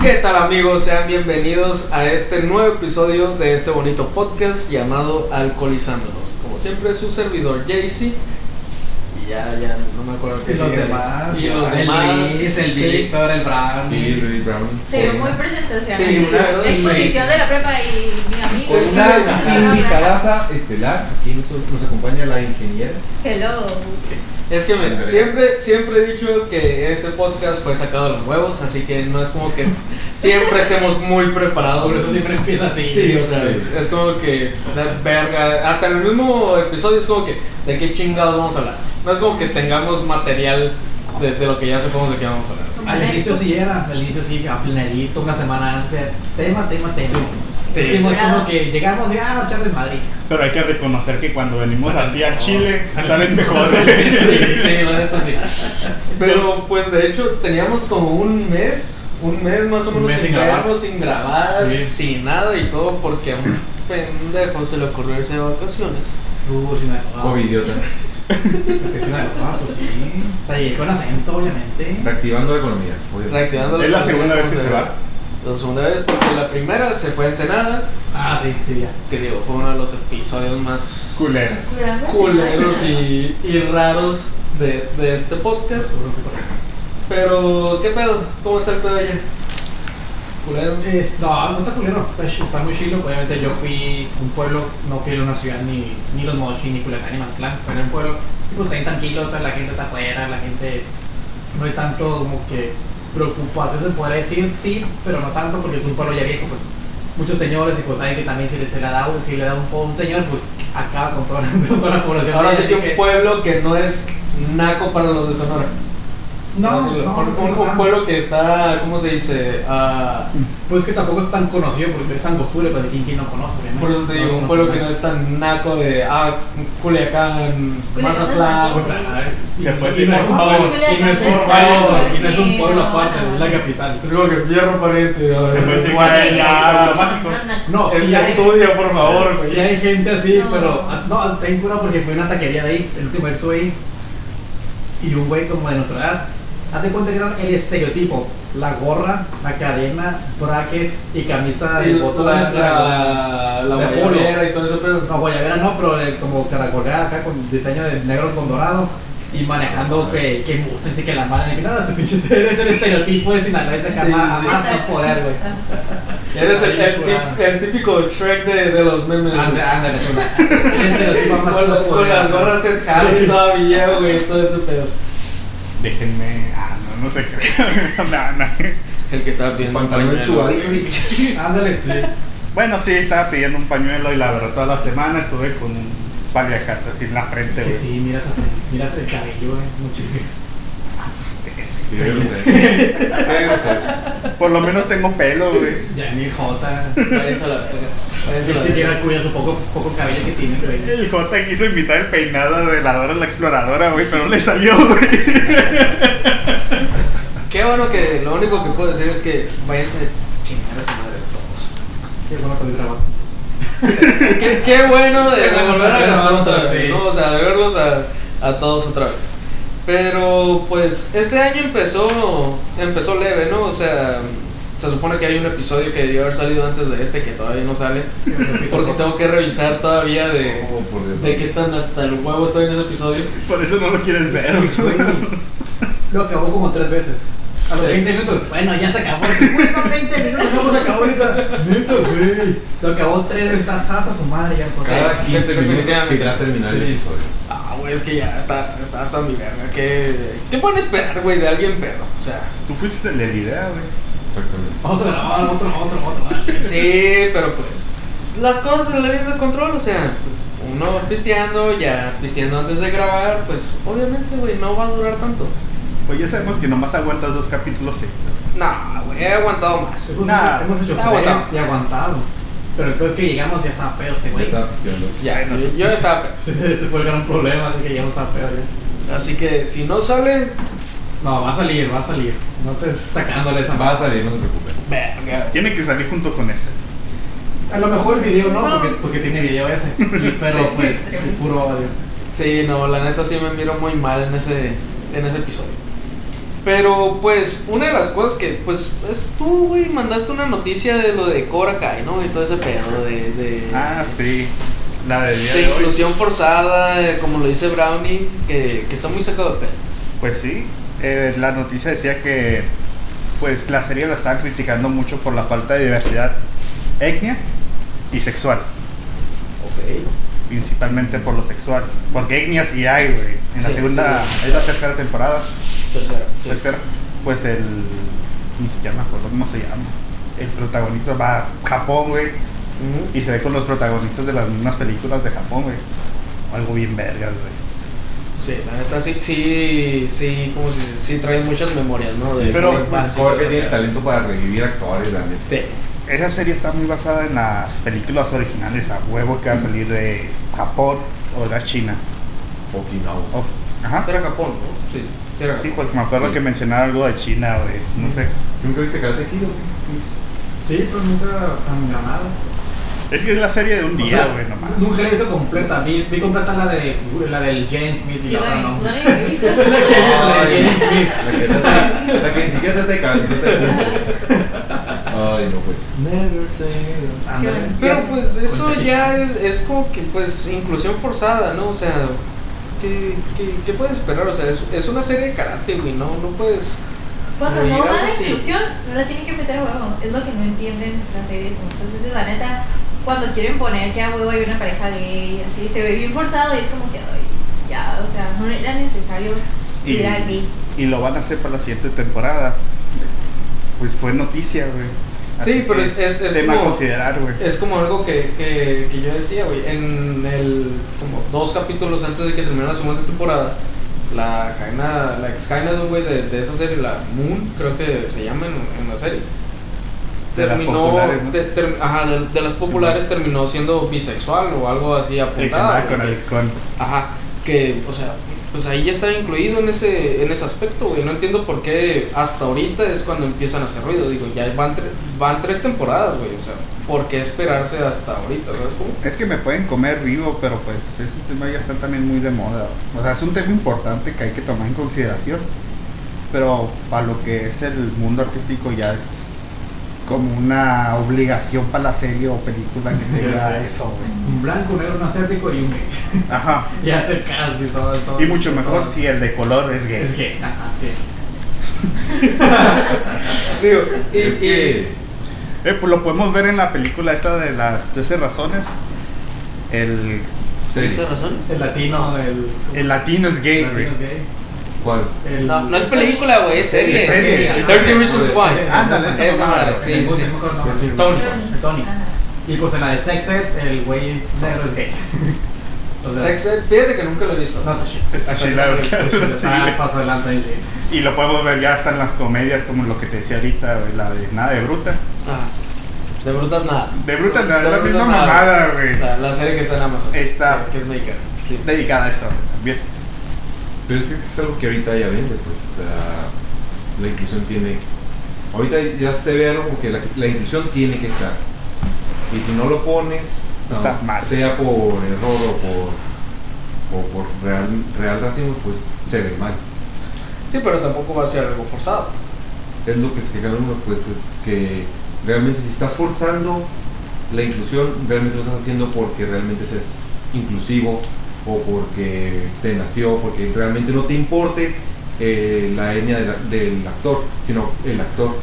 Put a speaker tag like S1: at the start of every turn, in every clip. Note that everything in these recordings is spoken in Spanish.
S1: ¿Qué tal amigos? Sean bienvenidos a este nuevo episodio de este bonito podcast llamado Alcoholizándonos. Como siempre, su servidor Jaycee. Y ya, ya, no me acuerdo qué
S2: Y los
S1: sigue.
S2: demás. pues,
S1: Y los
S2: el
S1: demás.
S2: Luis, el
S1: sí.
S2: director, el
S3: Sí,
S2: Brandy.
S3: Ray Brown.
S4: Se vio muy presentación.
S1: Sí,
S2: una-
S1: ¿verdad?
S4: Exposición de la prepa y mi amigo.
S3: Con
S2: Hola,
S3: una invitadaza estelar, aquí nos, nos acompaña la ingeniera.
S4: Hello.
S1: Es que me- siempre, siempre he dicho que este podcast fue sacado de los huevos, así que no es como que siempre estemos muy preparados.
S2: Por eso siempre empieza así.
S1: Sí, o sea,
S3: Sí.
S1: es como que, la verga, hasta en el mismo episodio es como que, ¿de qué chingados vamos a hablar? No es como que tengamos material de, de lo que ya sepamos de qué vamos a hablar. así.
S2: Al inicio sí era, al inicio sí, aplanadito, una semana antes. Tema, tema, tema.
S1: Sí. Sí.
S2: Dijimos como que llegamos y ah, echar de Madrid.
S5: Pero hay que reconocer que cuando venimos así a
S1: No.
S5: Chile salen
S1: Sí,
S5: mejores.
S1: sí, la neta sí. Pero pues de hecho teníamos como un mes, un mes más o
S2: Un
S1: menos
S2: mes
S1: sin
S2: sin grabar.
S1: vernos, sin grabar,
S2: Sí.
S1: sin nada y todo porque a un pendejo se le ocurrió irse de vacaciones.
S2: Uh, si me
S1: Ah.
S2: acordaba.
S3: Oh, idiota.
S2: Si me acordaba, pues sí. Está llegué con acento, obviamente.
S3: Reactivando la economía. obvio.
S1: Reactivando
S5: Es la
S1: economía
S5: segunda vez que
S1: como
S5: se va.
S1: La segunda vez porque la primera se fue a Ensenada,
S2: Ah, sí, sí, ya.
S1: que digo, fue uno de los episodios más
S5: Culeras.
S1: culeros y, y raros de, de este podcast. Pero, ¿qué pedo? ¿Cómo está el pedo allá? ¿Culero?
S2: Es- no, no está culero, está, ch- está muy chilo. Obviamente yo fui a un pueblo, no fui a una ciudad ni, ni los Mochis, ni Culiacán, ni Mazatlán, fue en un pueblo. Y pues está bien tranquilo, está- la gente está afuera, la gente no hay tanto como que preocupación, se podría decir, sí, pero no tanto porque es un pueblo ya viejo, pues muchos señores y pues alguien que también si le, se le da, un- si le da un, po- un señor, pues acaba con toda, la- con toda la población.
S1: Ahora
S2: Así
S1: sí que un pueblo que no es naco para los de Sonora.
S2: No,
S1: Así
S2: no,
S1: lo- un,
S2: pues,
S1: un
S2: ah,
S1: pueblo que está, ¿cómo se dice? Ah,
S2: pues que tampoco es tan conocido porque es angostura, pues de quien, quien no conoce, obviamente.
S1: por eso te digo, un
S2: No
S1: pueblo
S2: conoce
S1: que no es tan naco de, ah, Culiacán,
S4: Culiacán es
S1: Mazatlán.
S4: naco.
S2: O sea,
S5: Se puede
S2: y no
S5: ir,
S2: es
S5: por
S2: un
S1: favor.
S2: pueblo- y no es un pueblo, y no es un pueblo aparte, es la capital.
S1: Es como que fierro pariente. a ver,
S5: Te parece
S1: guay,
S5: que-
S1: ya.
S2: No,
S1: El
S2: sí hay,
S1: estudio, por favor. güey.
S2: sí hay gente así,
S4: No.
S2: pero ah, no, está bien curado porque fue una taquería de ahí, el último verso ahí, y un güey como de nuestra edad. Hazte cuenta que era el estereotipo, la gorra, la cadena, brackets Ah, y camisa
S1: Y
S2: de
S1: la,
S2: botones.
S1: la, la
S2: de polo.
S1: guayabera y todo eso, pero
S2: No, guayabera no, pero de- como caracoleada acá con diseño de negro con dorado y manejando que, que música y que la mala. Y que nada, este pinche este- es el estereotipo de Sinaloense acá
S1: Sí,
S2: a
S1: sí.
S2: más no poder, güey.
S1: eres el, el
S2: Ahí,
S1: tip- el típico Shrek de, de los memes. güey.
S2: Ándale, ándale, chula. El estereotipo a más
S1: Con,
S2: no
S1: la- con
S2: poder,
S1: las
S2: güey.
S1: gorras Seth Harry
S2: Sí.
S1: todavía, güey, todo ese pedo.
S5: Déjenme. Ah, no, no se crean. No, no.
S1: El que estaba pidiendo
S3: Pantalón
S1: pañuelo.
S3: tubadito y
S2: Ándale, sí.
S5: Bueno, sí, estaba pidiendo un pañuelo y la verdad toda la semana estuve con un paliacate así en la frente,
S2: Sí,
S5: güey.
S2: sí, miras, a- miras el cabello, güey. Mucho.
S3: y yo no sé. Pero, o sea,
S5: Por lo menos tengo pelo, güey.
S2: Ya ni J.
S1: Váyanse a la verga. Váyanse a
S2: Él
S1: la
S2: siquiera
S1: verga.
S2: cuida su poco, poco cabello que tiene, güey.
S5: El J quiso imitar el peinado de la Dora la Exploradora, güey, pero no le salió, güey.
S1: Qué bueno que lo único que puedo decir es que váyanse a chingar a su madre todos.
S2: Qué bueno que lo grabó.
S1: Qué, qué bueno de,
S2: Qué
S1: de
S2: bueno
S1: volver a
S2: de
S1: grabar
S2: vernos,
S1: otra vez,
S2: sí.
S1: ¿no? O sea, de verlos a, a todos otra vez. Pero pues este año empezó empezó leve, ¿no? O sea, se supone que hay un episodio que debió haber salido antes de este que todavía no sale. Porque tengo que revisar todavía de,
S3: oh, por Dios.
S1: de qué tan hasta el huevo estoy en ese episodio.
S5: Por eso no lo quieres ver, güey.
S2: Sí, güey. Lo acabó como tres veces. A los
S1: Sí.
S2: 20 minutos. Bueno, ya se acabó. Güey, no, 20 minutos. ¿Cómo se acabó ahorita? Neta, güey. Lo acabó tres veces. Estaba estaba hasta su madre ya. pues.
S3: Cada
S1: Sí,
S3: 15 minutos
S1: definitivamente.
S3: que ya terminar el
S1: Sí.
S3: episodio.
S1: Ah, güey, es que ya está, está hasta mi verga. ¿Qué, ¿Qué pueden esperar, güey, de alguien pedo? O sea,
S5: Tú fuiste el de la idea, güey.
S3: Exactamente.
S2: Vamos a grabar otro, otro, otro. vale.
S1: sí, pero pues. Las cosas se le vienen de control, o sea, pues, uno pisteando, ya pisteando antes de grabar, pues obviamente, güey, no va a durar tanto.
S5: Pues ya sabemos que nomás aguantas dos capítulos sí.
S1: No, güey, he aguantado más.
S2: Hemos,
S5: Nah,
S2: hemos hecho
S1: ya
S2: tres
S1: aguantamos.
S2: y aguantado. Pero el peor es que llegamos y ya estaba pedo este
S3: Ya
S2: güey.
S3: estaba pisteando.
S1: Ya,
S5: Bueno,
S1: yo,
S5: pues,
S1: yo estaba pedo.
S2: Ese ese fue el gran problema, de que llegamos estaba pedo ya.
S1: Así que si no sale,
S2: No, va a salir, va a salir. No te sacándole esa
S3: Va a salir, no se preocupen.
S1: verga.
S5: Tiene que salir junto con este.
S2: A lo mejor el video no,
S1: No.
S2: Porque, porque tiene video ese. Pero
S1: Sí.
S2: pues, puro audio.
S1: Sí, no, la neta sí me miro muy mal en ese, en ese episodio. Pero pues una de las cosas que pues es tú, güey, mandaste una noticia de lo de Cobra Kai, ¿no? Y todo ese pedo de, de,
S5: Ah, sí. La del día
S1: de
S5: de hoy.
S1: inclusión forzada, eh, como lo dice Brownie, que, que está muy sacado de pedo.
S5: Pues sí, eh, la noticia decía que pues la serie la estaban criticando mucho por la falta de diversidad etnia y sexual,
S1: Ok.
S5: principalmente por lo sexual, porque etnia sí hay, güey. En la
S1: Sí,
S5: segunda,
S1: sí.
S5: es la tercera temporada,
S1: Tercero. sí.
S5: tercera, pues el ni siquiera me acuerdo cómo se llama. El protagonista va a Japón, güey,
S1: Ujú.
S5: y se ve con los protagonistas de las mismas películas de Japón, güey. Algo bien vergas, güey.
S1: Sí, la neta sí, sí, sí, como si sí trae muchas memorias, ¿no? De,
S5: Pero,
S1: de
S5: pues,
S1: infancia,
S3: Jorge
S1: etcétera.
S3: tiene talento para revivir actores, la neta.
S1: Sí.
S5: Esa serie está muy basada en las películas originales a huevo que van a salir de Japón o de China.
S3: Okinawa.
S5: O- ajá.
S1: Era Japón, ¿no? Sí, sí era
S5: Sí,
S1: Japón.
S5: porque me acuerdo
S3: Sí.
S5: que mencionaba algo de China, güey. No sé.
S3: ¿Nunca viste Karate Kid? o
S2: Sí, pero nunca tan ganado.
S5: Es que es la serie de un
S2: O
S5: día,
S2: sea,
S5: güey, nomás.
S2: Nunca la he visto completa. Vi, vi completa la, de, la del James Smith y la
S4: Yo
S2: otra
S4: también,
S2: no.
S4: no la he visto.
S2: La que es la de
S3: Ay.
S2: James Smith.
S3: qué? La que trata- La que ni siquiera trata de karate, trata de kung fu. Ay, no, pues.
S2: Never say
S4: Ándale.
S1: Pero pues eso ya es, es como que pues inclusión forzada, ¿no? O sea, ¿qué, qué, qué puedes esperar? O sea, es, es una serie de karate, güey, ¿no? No puedes...
S4: Cuando
S1: Oye,
S4: no da
S1: algo sí.
S4: inclusión, no la tienen que meter a huevo. Es lo que no entienden las series muchas veces, la neta. Cuando quieren poner que a huevo hay una pareja gay, así, se ve bien forzado y es como que, ay, ya, o sea, no era necesario
S5: Y-
S4: que era gay.
S5: Y lo van a hacer para la siguiente temporada. Pues fue noticia, güey.
S1: Sí,
S5: Así
S1: pero
S5: que
S1: es- es- es
S5: tema a
S1: como-
S5: considerar, güey.
S1: Es como algo que, que, que yo decía, güey, en el... como dos capítulos antes de que terminara la segunda temporada, la Jaina, la ex Jaina, güey, de, de esa serie, la Moon, creo que se llama en, en la serie.
S5: De las
S1: Terminó,
S5: populares, ¿no?
S1: te- ter- ajá, de, de las populares terminó siendo bisexual o algo así
S5: El que
S1: apuntada.
S5: andaba
S1: güey,
S5: con
S1: que-
S5: el con.
S1: Ajá, que, o sea, pues ahí ya estaba incluido en ese, en ese aspecto, güey. No entiendo por qué hasta ahorita es cuando empiezan a hacer ruido. Digo, ya van, tre- van tres temporadas, güey. O sea, ¿por qué esperarse hasta ahorita? ¿Sabes cómo?
S5: Es que me pueden comer vivo, pero pues ese tema ya está también muy de moda. O sea, es un tema importante que hay que tomar en consideración. Pero para lo que es el mundo artístico ya es como una obligación para la serie o película que
S2: Ya
S5: tenga
S2: sé.
S5: eso, güey.
S2: Un blanco, un negro, un asiático y un gay.
S5: Ajá.
S2: Ya hacer caras y todo, todo.
S5: Y mucho mejor
S2: todo.
S5: si el de color es gay.
S2: Es gay. Ajá, sí.
S1: Digo, y,
S3: Es que.
S5: Eh, pues lo podemos ver en la película esta de las 13 razones.
S1: y-
S5: El,
S3: Sí.
S1: ¿tienes razón?
S2: El latino, el.
S5: el latino es gay,
S2: el
S5: güey.
S2: latino es gay.
S3: ¿Cuál?
S2: El-
S1: No, no es película, güey, es serie.
S5: Es serie,
S1: Sí,
S5: es
S1: 30
S5: serie.
S1: Reasons Why.
S5: Ándale, esa
S1: Esa
S5: mamada,
S1: madre,
S5: güey.
S1: sí, sí.
S2: Me acuerdo, no, el-
S1: Tony.
S2: el Tony.
S4: Ajá.
S2: Y pues en la de Sex Ed, el güey negro es gay. O sea,
S1: Sex Ed, fíjate que nunca lo he visto.
S2: No te shit.
S5: Sí, la verdad, sí,
S2: Ah,
S5: güey.
S2: paso adelante. ahí, güey.
S5: Y lo podemos ver ya hasta en las comedias, como lo que te decía ahorita, güey, la de Nada de Bruta.
S1: Ah, de brutas nada.
S5: De Bruta
S1: De
S5: Nada, es la
S1: Brutas
S5: misma
S1: nada.
S5: mamada, güey.
S1: La, la serie que está en Amazon.
S5: Está.
S1: Que es Maker. Sí.
S5: Dedicada a eso güey, también.
S3: Pero es que es algo que ahorita ya vende, pues, o sea, la inclusión tiene. Ahorita ya se ve algo como que la, la inclusión tiene que estar. Y si no lo pones, no,
S5: Está mal.
S3: sea por error o por, o por real, real racismo, pues se ve mal.
S1: Sí, pero tampoco va a ser algo forzado.
S3: Es lo que es que gana uno, pues, es que realmente si estás forzando la inclusión, realmente lo estás haciendo porque realmente seas inclusivo o porque te nació, porque realmente no te importe eh, la etnia de la- del actor, sino el actor.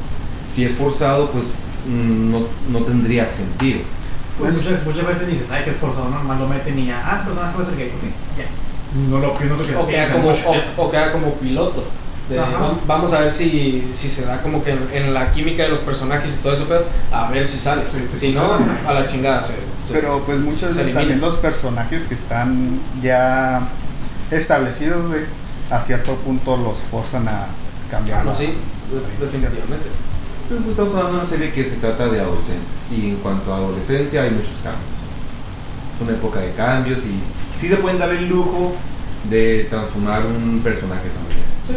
S3: Si es forzado, pues mm, no, no tendría sentido.
S2: Pues
S5: Pues-
S2: muchas, muchas veces ni se sabe que es forzado, nomás lo meten y ya, ah, este personaje va a ser gay, ok, ya. Pues, No lo pienso que
S1: O queda
S2: piensan
S1: como,
S2: mucho eso.
S1: o, o queda como piloto. De,
S2: Ajá.
S1: vam- vamos a ver si, si se da como que en, en la química de los personajes y todo eso, pero a ver si sale.
S2: Sí, sí,
S1: si
S2: sí.
S1: no, a la chingada se. se-
S5: Pero pues
S1: se
S5: muchas veces
S1: elimina.
S5: también los personajes que están ya establecidos, güey, a cierto punto los forzan a cambiar.
S1: Ah, no,
S5: la-
S1: sí, de- definitivamente.
S3: Pero pues estamos hablando de una serie que se trata de adolescentes. Y en cuanto a adolescencia hay muchos cambios. Es una época de cambios y sí se pueden dar el lujo de transformar un personaje esa manera.
S1: Sí.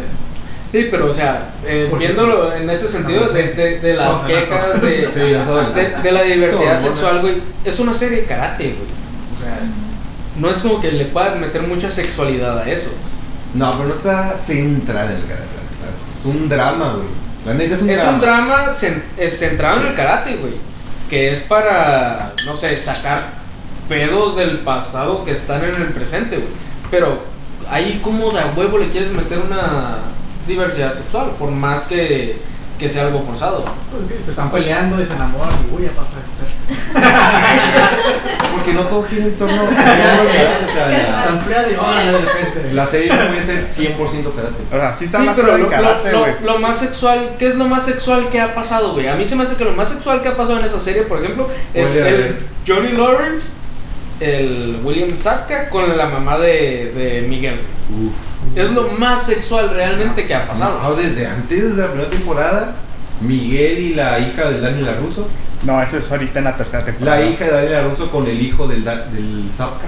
S1: Sí, pero o sea, eh,
S2: Porque,
S1: viéndolo
S2: pues,
S1: en ese sentido, de, de- de las
S2: Cosas,
S1: quejas,
S2: cosas.
S1: de,
S3: Sí, las
S1: de,
S3: adolescentes.
S1: de la diversidad
S3: Son
S1: sexual,
S3: hormonas.
S1: güey, es una serie de karate, güey. O sea, no es como que le puedas meter mucha sexualidad a eso.
S3: No, pero no está centrada en el carácter. Es un drama, güey. La neta es un
S1: Es
S3: drama.
S1: un drama cen- es centrado en el karate, güey. Que es para, no sé, sacar pedos del pasado que están en el presente, güey. Pero ahí como de a huevo le quieres meter una diversidad sexual, por más que, que sea algo forzado.
S2: pues, Se están peleando y se enamoran y uy, ya pasa. o sea,
S3: Porque no todo gira en torno a karate, o sea,
S2: Están peleando y ahora de repente.
S3: la, la serie no puede ser 100% karate.
S5: O sea, sí está
S1: Sí,
S5: más
S1: pero
S5: en
S1: lo,
S5: karate,
S1: lo- lo-
S5: güey.
S1: lo más sexual, ¿qué es lo más sexual que ha pasado, güey? A mí se me hace que lo más sexual que ha pasado en esa serie, por ejemplo, es
S3: Spoiler
S1: el
S3: alert.
S1: Johnny Lawrence, el William Zapka con la mamá de, de Miguel.
S3: Uf.
S1: Es lo más sexual realmente que ha pasado.
S3: No, desde antes, desde la primera temporada, Miguel y la hija del Daniel Laruso.
S5: No, eso es ahorita en la tercera temporada.
S3: La hija de Daniel Laruso con el hijo del, Da- del Zapka.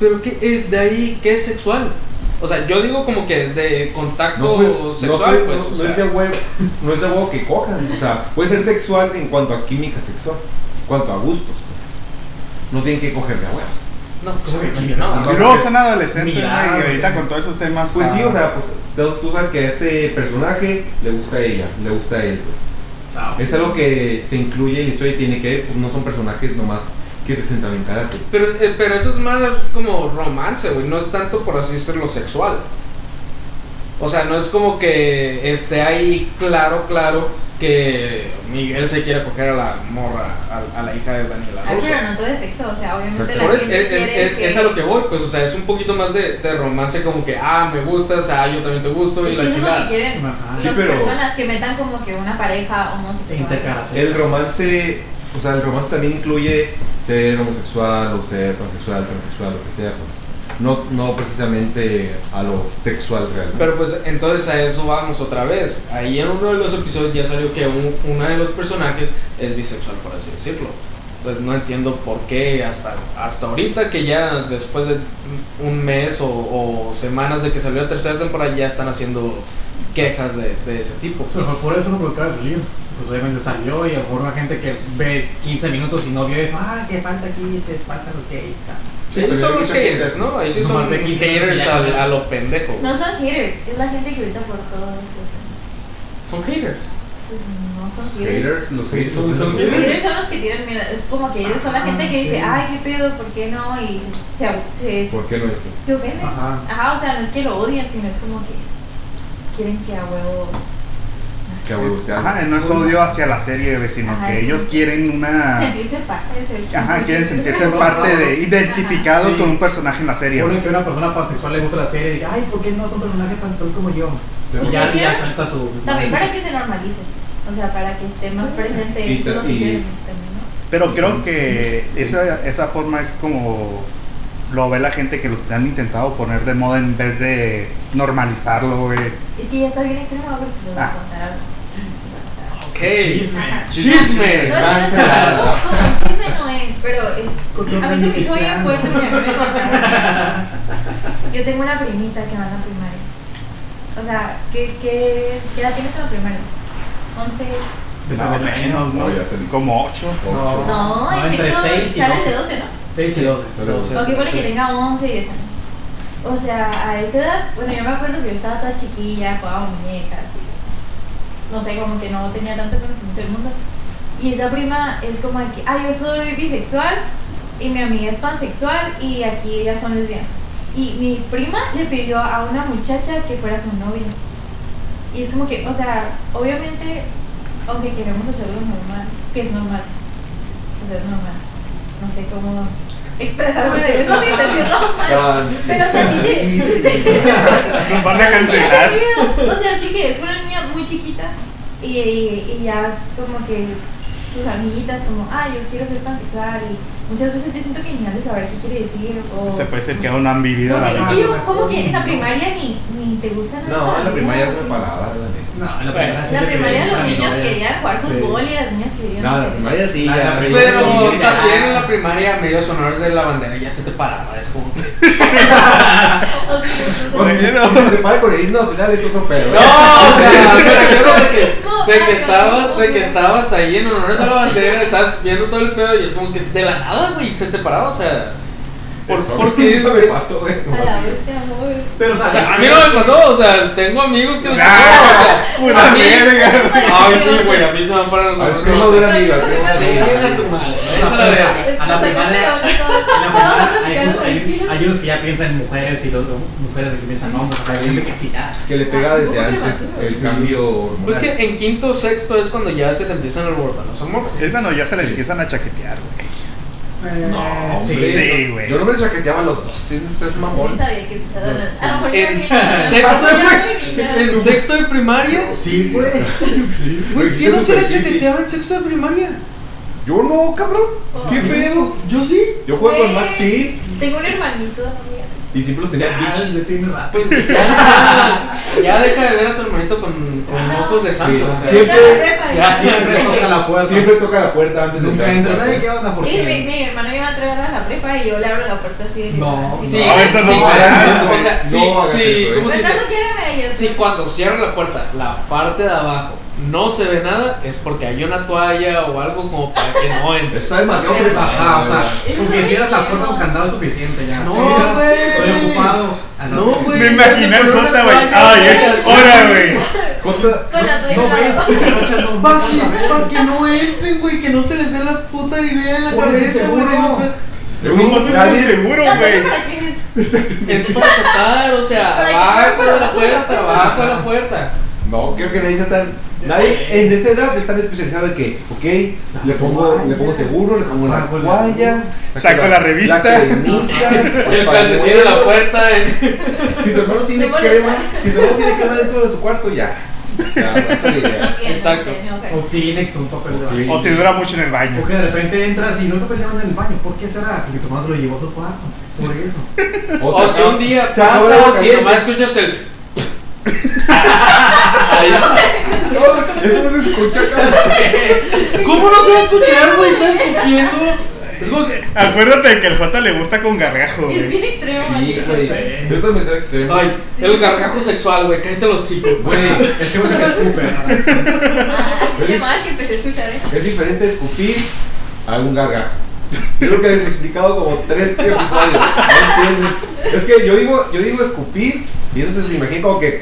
S1: Pero ¿qué, eh, de ahí, ¿qué es sexual? O sea, yo digo como que de contacto
S3: No, pues,
S1: sexual,
S3: no,
S1: pues.
S3: no-
S1: o
S3: no
S1: sea,
S3: es de huevo, no es de huevo que cojan. O sea, puede ser sexual en cuanto a química sexual, en cuanto a gustos, pues. No tienen que coger de a huevo.
S1: no, pues,
S2: Obviamente,
S1: no.
S3: no.
S5: Y luego son adolescentes,
S2: Mira,
S5: güey, y ahorita
S2: güey.
S5: con todos esos temas.
S3: Pues sí,
S5: ah,
S3: o sea, pues, tú- tú sabes que a este personaje le gusta ella, le gusta a él. pues.
S2: Ah,
S3: Es algo que se incluye en la historia y tiene que ver, pues, no son personajes nomás que se sentan en karate.
S1: Pero, eh, pero eso es más como romance, güey. No es tanto por así decirlo sexual. O sea, no es como que esté ahí claro, claro que Miguel se quiere coger a la morra, a, a la hija de Daniela
S4: Ah,
S1: Russo.
S4: pero no todo es sexo, o sea, obviamente la
S1: Por eso,
S4: gente
S1: es, es-
S4: quiere
S1: es-
S4: que-
S1: es a lo que voy, pues, o sea, es un poquito más de, de romance, como que, ah, me gustas, ah, yo también te gusto, y
S4: Es que
S1: la
S4: eso es lo que
S1: chingada.
S4: quieren
S2: Ajá.
S3: Sí,
S4: las
S3: pero-
S4: personas que metan como que una pareja homosexual.
S2: Interkarate.
S3: El romance, o sea, el romance también incluye ser homosexual o ser pansexual, transexual, lo que sea, pues. No, no precisamente a lo sexual realmente.
S1: Pero pues entonces a eso vamos otra vez. Ahí en uno de los episodios ya salió que un- una de los personajes es bisexual, por así decirlo. Entonces no entiendo por qué hasta, hasta ahorita que ya después de un mes o, o semanas de que salió la tercera temporada ya están haciendo quejas de, de ese tipo. pues.
S2: Pero por eso no provocaba salir. Pues obviamente salió y a lo mejor la gente que ve 15 minutos y no vio eso, ah, que falta aquí, se falta lo que ahí está.
S1: Sí,
S3: pero
S1: son
S3: yo
S1: los
S3: creo que
S1: haters, ¿no? Ahí sí
S2: nomás
S1: son
S2: de quince años
S1: haters
S2: y ya
S1: al-
S2: no es-
S1: a, lo pendejo.
S4: No son haters, es la gente que grita por todo eso.
S1: Son haters.
S4: Pues no son haters.
S3: Haters, los haters
S1: Son- son
S4: Los
S1: haters.
S4: haters son los que tiran mierda, es como que ellos son la
S2: Ah,
S4: gente que
S2: sí.
S4: dice, ay, qué pedo, ¿por qué no? Y se, se,
S3: ¿Por qué no es?
S4: se ofenden.
S2: Ajá.
S4: Ajá, o sea, no es que lo odian, sino es como que quieren que a huevo.
S3: Que a huevo esté algo.
S5: Ajá, no es odio hacia la serie, güey, sino
S4: Ajá,
S5: que
S4: sí.
S5: ellos quieren una.
S4: Sentirse parte de su
S5: Ah. Ajá, quieren sentirse
S2: Ajá.
S5: parte de. identificados
S2: Sí.
S5: con un personaje en la serie. güey.
S2: Supone que una persona pansexual le gusta la serie y diga, ay, ¿por qué no otro personaje pansexual como yo? Y ya,
S4: ¿Qué?
S2: ya suelta su.
S4: También para que se normalice. O sea, para que esté más presente.
S3: Y
S4: eso es
S3: ta-
S4: lo que
S3: y-
S4: quieren también, ¿no?
S5: Pero creo que esa, esa forma es como lo ve la gente que los han intentado poner de moda en vez de normalizarlo, güey.
S4: Es que ya está bien extremo, porque se lo voy a
S5: Ah.
S4: contar algo. Se lo voy a contar algo.
S1: Ok.
S2: Chisme.
S1: Chisme.
S4: No, no, no, no, no, como un chisme no es, pero es. A mí se me hizo bien
S2: Cristiano.
S4: fuerte porque a mí me cortaron. Yo tengo una primita que va a la primaria. O sea, ¿qué, qué, qué edad tienes en la primaria? 11.
S5: Más o menos,
S3: No,
S5: ¿no?
S3: ya te dije.
S5: Como ocho.
S3: Ocho.
S4: No,
S2: No, entre
S4: efecto,
S2: seis y
S4: sales
S2: doce.
S4: de 12, ¿no?
S2: 6 y 12.
S3: Pero-
S4: Ok, ponle
S1: Sí.
S4: que tenga 11 y 10 años. O sea, a esa edad, bueno, yo me acuerdo que yo estaba toda chiquilla, jugaba muñecas y no sé, como que no tenía tanto conocimiento del mundo. Y esa prima es como de que, ah, yo soy bisexual y mi amiga es pansexual y aquí ellas son lesbianas. Y mi prima le pidió a una muchacha que fuera su novia. Y es como que, o sea, obviamente, aunque queremos hacerlo normal, que es normal, o sea, es normal. No sé cómo expresarme de eso sin decirlo mal.
S3: Trans-
S4: Pero o sea, sí te- sí te-
S5: Nos van a
S4: pero sí te
S5: cancelar.
S4: sentido. O sea, sí que es una niña muy chiquita y, y, y ya es como que sus amiguitas como, ah, yo quiero ser pansexual y muchas veces yo siento que ni han de saber qué quiere decir o...
S5: Se puede ser que aún no han vivido
S4: No
S5: la
S4: sé, es
S5: vida.
S4: que yo como que en la primaria ni, ni te gusta nada.
S3: No, en la primaria es
S4: sí.
S3: preparada, la neta.
S2: No, en la primaria
S4: En
S2: sí
S4: la
S2: le
S4: primaria
S2: pedí
S4: los
S2: a mi
S4: niños
S2: novia.
S4: querían jugar
S2: Sí.
S4: fútbol y las niñas querían...
S3: No, en la primaria sí.
S2: Ah, en la
S3: ya-
S2: primaria
S1: Pero
S2: Sí, ya.
S1: también en la primaria medios honores de la bandera ya se te paraba, es como que-
S3: O sea, Pues, si se prepara con el himno nacional es otro pedo. ¿eh?
S1: No, o sea, me refiero de
S4: Mismo,
S1: que, de que
S4: ay,
S1: estabas, de que
S4: no.
S1: estabas ahí en honores a la bandera, estabas viendo todo el pedo y es como que de la nada, güey, se te paraba, o sea, Por-
S3: Eso
S1: porque
S3: no
S1: es-
S3: me pasó, ¿eh? güey.
S4: A la última, güey.
S2: Pero, o sea,
S1: O sea, a mí no me pasó, o sea, tengo amigos que les pasó,
S5: Ah,
S1: o sea,
S5: pura
S1: a mí...
S5: verga.
S2: Ah.
S1: Ay, sí, güey, a mí se van para los
S3: Al
S1: hombres.
S3: primo de una amiga, al primo de una
S2: Sí,
S3: amiga.
S2: a su madre. ¿no? O
S1: Esa
S2: sea,
S1: es la
S2: a
S4: Pues,
S2: la- a la primera. a la primera, hay, unos- hay, hay unos que ya piensan en mujeres y los, mujeres que piensan en hombres. Hay gente que sí, ya.
S3: Que le pega
S4: Ah,
S3: desde
S4: ¿cómo te
S3: antes
S4: pasó?
S3: el
S5: Sí.
S3: cambio hormonal.
S1: Pues es que en quinto o sexto es cuando ya se te empiezan a alborotar los amores.
S5: Es cuando ya se le empiezan a chaquetear, güey.
S2: No,
S3: Sí,
S2: sí.
S5: sí, güey.
S3: Yo no me lo chaqueteaba a los 12, eso es
S4: Yo
S3: mamón.
S4: pues, sabía que A lo mejor
S1: En
S4: Pasa,
S1: sexto,
S4: güey.
S1: en sexto de primaria.
S3: Sí, güey. Sí,
S1: Güey, ¿quién no se la
S3: Yo
S1: chaqueteaba en sexto de primaria?
S3: Yo no, cabrón. ¿Qué
S4: Sí.
S3: pedo?
S1: Yo sí.
S3: Yo juego con
S4: Güey.
S3: Max Kids
S4: Tengo un hermanito, amigas.
S3: y siempre los tenía
S2: Ah,
S3: bitches.
S2: sí, tiene rato.
S1: Pues ya, ya deja de ver a tu hermanito con, con
S4: Ajá.
S1: ojos de santo. O sea,
S3: Sí.
S4: Yo la prepa,
S1: Ya,
S4: ya.
S2: Siempre toca la puerta.
S3: Siempre toca la puerta antes de
S2: Nunca
S3: entrar.
S2: entra nadie. ¿Qué onda? ¿Por
S4: Y mi,
S2: qué?
S4: mi hermano iba a traer a la prepa y yo le abro la puerta así de que-
S2: No.
S1: sí,
S5: No, eso no
S1: sí,
S5: hagas
S1: sí, o
S3: eso,
S1: sea,
S3: güey.
S1: sí,
S3: No hagas
S1: sí,
S3: eso, güey.
S1: ¿cómo se
S4: Pero
S1: dice?
S4: no quiérame ellos.
S1: Si cuando cierra la puerta, la parte de abajo, no se ve nada, es porque hay una toalla o algo como para que no entre.
S3: Está demasiado
S2: Ajá, o sea,
S3: preparado.
S4: Eso
S2: con que
S4: es
S2: cierras la
S4: muy
S2: puerta con
S4: feo.
S2: candado es suficiente ya.
S1: No,
S2: Sí, ya,
S1: güey.
S2: Estoy ocupado. Ah,
S1: No, güey.
S5: Me imaginé el Jota, güey. Ay, es hora, güey.
S3: Jota,
S4: Con la regla.
S2: No ves, te agachas, no, no
S1: Para que,
S2: vas a ver.
S1: pa' que no entren, güey, que no se les dé la puta idea en la
S2: Ponle
S1: cabeza, güey.
S2: seguro.
S5: No más
S3: nadie-
S5: estás seguro,
S4: La
S5: güey.
S4: regla para quién es.
S1: Es para tapar, o sea,
S4: Para que
S1: abajo
S4: no
S1: de la
S4: pueda-
S1: puerta, abajo de la puerta.
S3: No, creo que nadie sea tan. Nadie en esa edad es tan especializado de que, ok, le pongo, le pongo seguro, le pongo la
S2: Saco la-
S3: toalla,
S5: saco la revista.
S3: la cremita,
S1: El
S3: pañuelo.
S1: calcetín en la puerta. eh.
S3: Si tu hermano tiene
S4: Me molesta.
S3: crema, si tu hermano tiene crema dentro de su cuarto, ya. Ya, basta de idea.
S4: Bien,
S1: Exacto.
S4: bien, ok.
S2: O Kleenex o un papel de baño.
S5: O si dura mucho en el baño.
S2: O que de repente entras y no te peleaban en el baño. ¿Por qué será? Porque Tomás lo llevó a su cuarto. Por eso.
S1: O si un día
S3: se acabó la
S1: pasa, si
S3: caliente.
S1: nomás escuchas el. Ahí está.
S3: No, Eso no se escucha, cabrón.
S1: ¿Cómo no se va a escuchar, güey? Está escupiendo. Es como que.
S5: Acuérdate que al Jota le gusta con gargajo,
S4: Es
S5: güey.
S4: bien extremo,
S3: Sí,
S4: maldito.
S3: güey.
S2: sé.
S3: Esto me sabe extremo.
S1: Ay, el gargajo sexual, güey. Cállate los hocico.
S3: Güey,
S2: El chico se escupe.
S4: Ah, qué mal que empecé a escuchar eso.
S3: es diferente escupir a un gargajo. Yo creo que les he explicado como tres episodios. No entienden. Es que yo digo, yo digo escupir y entonces se imagina como que.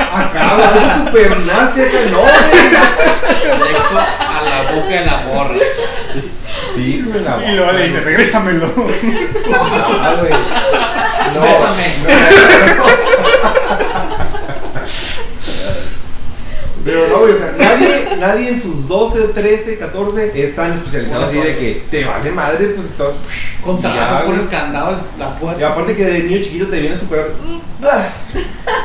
S3: "Ah, Acaba, algo super nasty acá, no, güey.
S1: Directo a la boca de la morra.
S3: Sí, güey, la
S5: Y luego le dice, regrésamelo.
S3: Ah, güey. No.
S2: Bésame.
S3: Pero no, güey, o sea, nadie, nadie en sus 12, 13, 14 es tan especializado así de que te vale madre, pues estás. Ya,
S2: Contra por
S3: güey.
S2: escándalo la
S3: Y
S2: puerta.
S3: aparte que de niño chiquito te viene superar.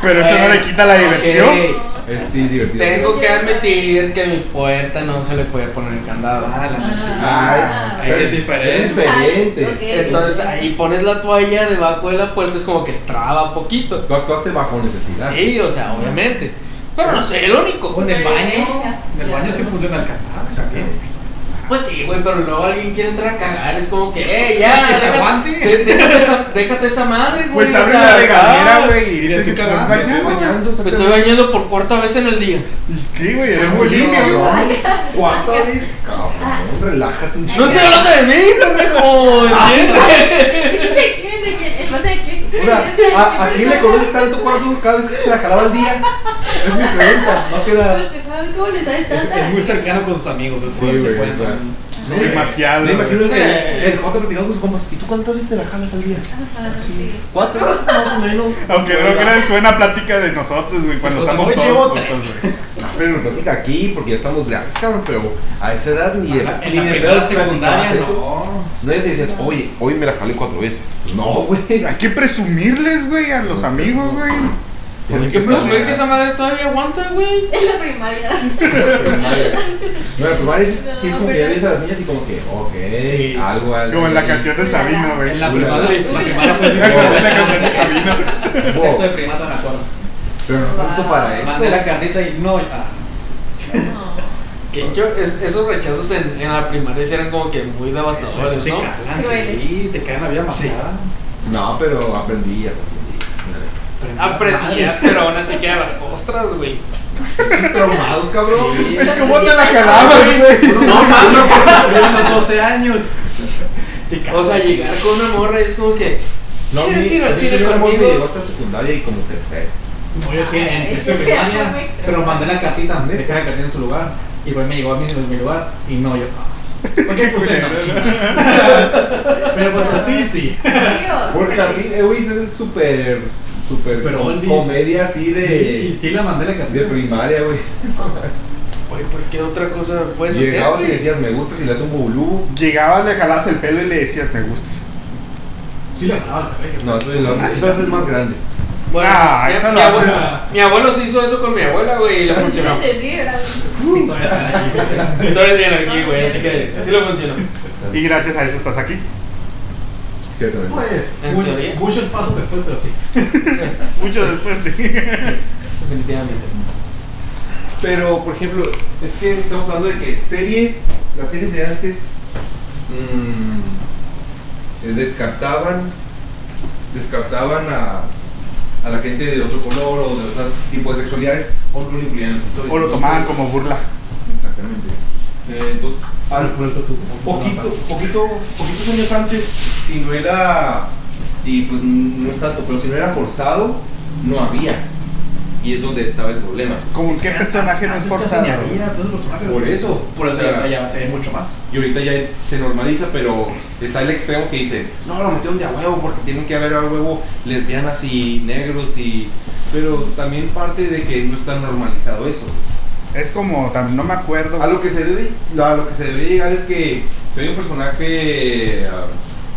S5: Pero eso no le quita la diversión.
S1: Ey,
S3: Es sí, divertido.
S1: Tengo que admitir que mi puerta no se le puede poner el candado.
S2: Ah, la
S4: Ah.
S3: Ay,
S2: Ahí es diferente.
S3: Es diferente.
S4: Ah, ok.
S1: Entonces ahí pones la toalla debajo de la puerta, es como que traba poquito.
S3: Tú actuaste bajo necesidad.
S1: Sí, o sea, obviamente. Pero no soy el único.
S2: Con el baño.
S4: Supervivencia.
S2: En el baño sí funciona el candado. Exactamente.
S1: Pues sí, güey, pero luego alguien quiere entrar a cagar. Es como que, eh, ya.
S2: Que se
S1: deja-
S2: aguante.
S1: de- déjate, esa, déjate esa madre, güey.
S5: Pues
S1: o
S5: abre
S1: sea,
S5: la
S1: sal.
S5: regadera, güey, y
S2: Y
S5: dice
S2: estoy
S5: que te estás
S2: cagando,
S3: Me estoy
S5: bañando.
S3: bañando.
S1: Me estoy
S3: exactamente.
S1: bañando por cuarta vez en el día.
S5: ¿Qué, güey? Eres muy limpio.
S3: No, ¿Cuánta vez? Cabrón, relájate un
S1: No
S3: chingo.
S1: estoy hablando de mí, pendejo. ¿Entiendes?
S4: ¿De quién? ¿De quién? Es más, ¿de quién?
S3: O sea, ¿a, a quién le conoces tanto cuarto cada vez que se la jalaba al día? Es mi pregunta, más que nada.
S4: ¿Cómo le sabes tanta?
S2: Es muy cercano con sus amigos. entonces, por eso se cuentan.
S3: No,
S5: Demasiado,
S3: Me imagino
S1: güey.
S3: que el Jota platicando con sus compas. ¿Y tú cuántas veces te la jalas al día?
S4: Ajá, sí.
S3: Cuatro, más o menos.
S5: Aunque no creas, suena plática de nosotros, güey, cuando
S2: Pero
S5: estamos
S2: tampoco llevo
S5: todos juntos, güey.
S3: Ah, Pero no platica aquí porque ya estamos grandes, cabrón. Pero a esa edad ni de,
S2: En
S3: ni
S2: la
S3: de
S2: primera
S3: pedos
S2: secundaria,
S3: platicabas eso.
S2: no.
S3: No es que dices, oye, hoy me la jalé cuatro veces. No, güey.
S5: Hay que presumirles, güey, a
S3: No
S5: los
S3: sé,
S5: amigos, güey.
S1: Hay que presumir que esa madre todavía aguanta, güey.
S4: Es la primaria.
S3: Bueno, primaria sí, sí es como que ya ves a las niñas y como que, ok,
S2: Sí.
S3: algo, algo.
S5: Como en la
S3: ahí.
S5: canción de Sabino, güey.
S2: En la
S5: ¿Te
S2: primada. En la primada fue mi
S5: acuerdas de la canción de Sabino?
S3: Wow,
S2: Sexo de primata, me acuerdo.
S3: Pero no tanto para eso.
S2: Mandé la carnita y no. ah,
S4: No.
S1: Que yo, es- esos rechazos en, en la primaria sí eran como que muy
S2: Eso,
S1: devastadores,
S2: eso sí,
S1: ¿no?
S2: cagan,
S4: Crueles.
S2: sí, te cagan la vida
S1: Sí.
S2: masada.
S3: No, pero aprendías, aprendías.
S2: Ah,
S1: Aprendías, pero aún así quedan las ostras, güey.
S3: Estás traumados, cabrón.
S2: Sí.
S5: Es como te la jalabas, güey.
S2: pues, No mames, que sufriendo 12 años.
S5: Sí,
S1: O sea, llegar con una morra y es como que.
S3: No,
S1: ¿Quieres
S3: mi-
S1: ir al
S3: a mí
S1: cine
S3: mi amor Me llegó
S1: conmigo?
S3: hasta secundaria y como tercero.
S2: No, yo sí, en
S4: Ay,
S2: sexto de
S4: sí,
S2: primaria,
S4: muy extremo.
S2: pero mandé la cartita,
S3: ¿Ves?
S2: dejé la cartita en su lugar, y pues me llegó a mí en mi lugar, y no, yo, ah, ¿por qué puse no? Pero pues así, Ah, sí.
S4: Dios.
S3: Porque a mí, eh, güey, eso es súper, súper
S2: Pero
S3: com-
S2: oldies.
S3: comedia así
S2: Sí,
S3: de,
S2: sí la mandé la
S3: de
S2: cartita.
S3: primaria, güey.
S1: Güey, pues qué otra cosa puedes
S3: Llegabas y
S1: hacer. Pues, güey?
S3: decías, me gusta si le haces un bubulú.
S5: Llegabas, le jalabas el pelo y le decías, me gustas.
S2: Sí la mandaba la cabello.
S3: No, eso, lo- eso haces más grande.
S1: Bueno,
S5: Ah,
S1: mi,
S5: esa
S1: mi
S5: la haces.
S1: abuelo, mi abuelo se hizo eso con mi abuela, güey, y le funcionó.
S2: Y todavía están allí.
S1: Entonces bien aquí, güey, así que así lo funcionó.
S5: Y gracias a eso estás aquí.
S3: Ciertamente.
S2: Pues,
S1: En
S2: mu-
S1: teoría.
S2: muchos pasos después, pero sí.
S5: Mucho después, sí.
S1: Definitivamente.
S3: Pero, por ejemplo, es que estamos hablando de que series, las series de antes mm, eh, descartaban, descartaban a, a la gente de otro color o de otros tipos de sexualidades o no lo incluían en las historias.
S5: O lo tomaban
S3: Entonces,
S5: como burla.
S3: Exactamente. Eh, entonces, al-
S2: pronto Ah, tú.
S3: poquito, poquito, poquitos años antes, si no era, y pues no es tanto, pero si no era forzado, no había. Y es donde estaba el problema.
S5: Como qué personaje no es
S2: Antes casi
S5: forzado.
S2: ni había, pues, los personajes.
S3: Por eso,
S2: Por eso
S3: o sea,
S2: ya, ya se ve mucho más.
S3: Y ahorita ya se normaliza, pero está el extremo que dice, no, lo metieron de a huevo porque tienen que haber a huevo lesbianas y negros y... Pero también parte de que no está normalizado eso. pues.
S5: Es como, tam- no me acuerdo.
S3: A lo que se debe, a lo que se debe llegar es que soy un personaje ah,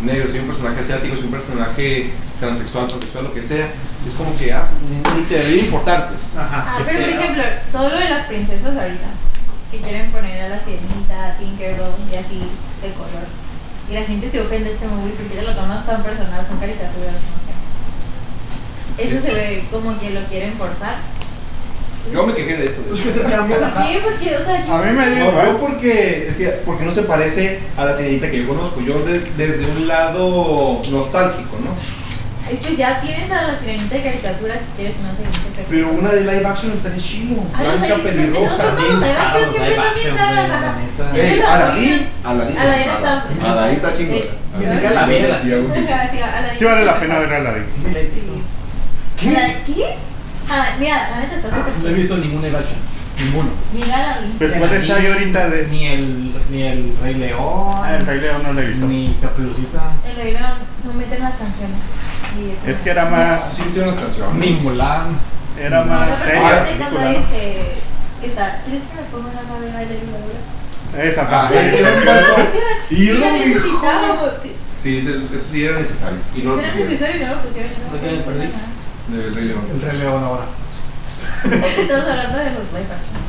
S3: negro, soy un personaje asiático, soy un personaje transexual, transexual, lo que sea. Es como que, ah, ni te debe importar, pues.
S2: Ajá.
S4: Ah,
S3: que
S4: pero por
S3: sea.
S4: ejemplo, todo lo de las princesas ahorita, que quieren poner a la sirenita, a Tinkerbell y así de color. Y la gente se ofende, este es como, uy, ¿por qué te lo tomas tan personal? Son caricaturas, no sé. Eso se ve como que lo quieren forzar.
S3: Yo me quejé de eso. de
S2: Es
S3: hecho.
S2: que se cambia. ajá.
S4: Sí, pues que, o sea, yo-
S5: A mí me
S3: No,
S5: dio
S3: yo
S5: igual.
S3: porque, decía, porque no se parece a la señorita que yo conozco. Yo de- desde un lado nostálgico, ¿no?
S4: Ay, pues ya tienes a la sirenita de caricaturas si quieres una sirenita de
S3: Pero una de live action está en chilo.
S4: Ay, los
S3: Blanca
S4: live- los
S3: pelirroja.
S4: hermanos live action
S2: bizarros,
S4: siempre
S2: live
S4: están
S2: action,
S4: bizarros,
S2: güey,
S4: ajá.
S2: la neta.
S4: Siempre
S3: Ey,
S4: los
S3: Aladín.
S4: arruinan.
S3: Aladín.
S4: Aladín
S3: está-
S4: está-
S3: Aladín está chingona.
S4: Sí.
S3: Aladín
S2: Ni siquiera la
S3: está
S2: vi,
S3: chingona,
S2: la-
S3: sí, algo.
S4: Ajá, sí, a
S5: Sí vale la pena ver a Aladdin.
S2: Ni la he visto.
S3: ¿Qué?
S4: ¿La- ¿Qué? Ah, mira, la neta está súper
S2: No he
S4: chida.
S2: visto ningún live action. Ninguno.
S4: Mira la vi.
S5: Pues cuál es ahí ahorita de
S2: Ni el, ni el Rey León,
S5: Ah, el Rey León no lo he visto.
S2: ni Caperucita,
S4: El Rey León no meten las canciones. Y eso.
S5: Es que era
S3: Sí,
S5: más.
S3: tiene unas canciones.
S2: ni Mulan.
S5: Era
S4: No,
S5: más
S4: pero
S5: seria.
S4: aparte Ah, cuando
S5: película, ¿no?
S4: dice que está, ¿quieres que me ponga una madre de baile y
S5: Esa
S3: Ah,
S5: parte.
S3: es que nos faltó.
S4: Y lo
S3: Irlo, hijo.
S4: necesitábamos. Sí,
S3: Sí, ese- eso sí era necesario. Y no lo
S4: era
S3: pusieron.
S4: necesario y no lo pusieron. y no
S1: ¿De qué
S4: me acuerdo
S1: perdí?
S4: nada.
S3: Del Rey León.
S2: El Rey León ahora.
S4: Estamos hablando de los live action.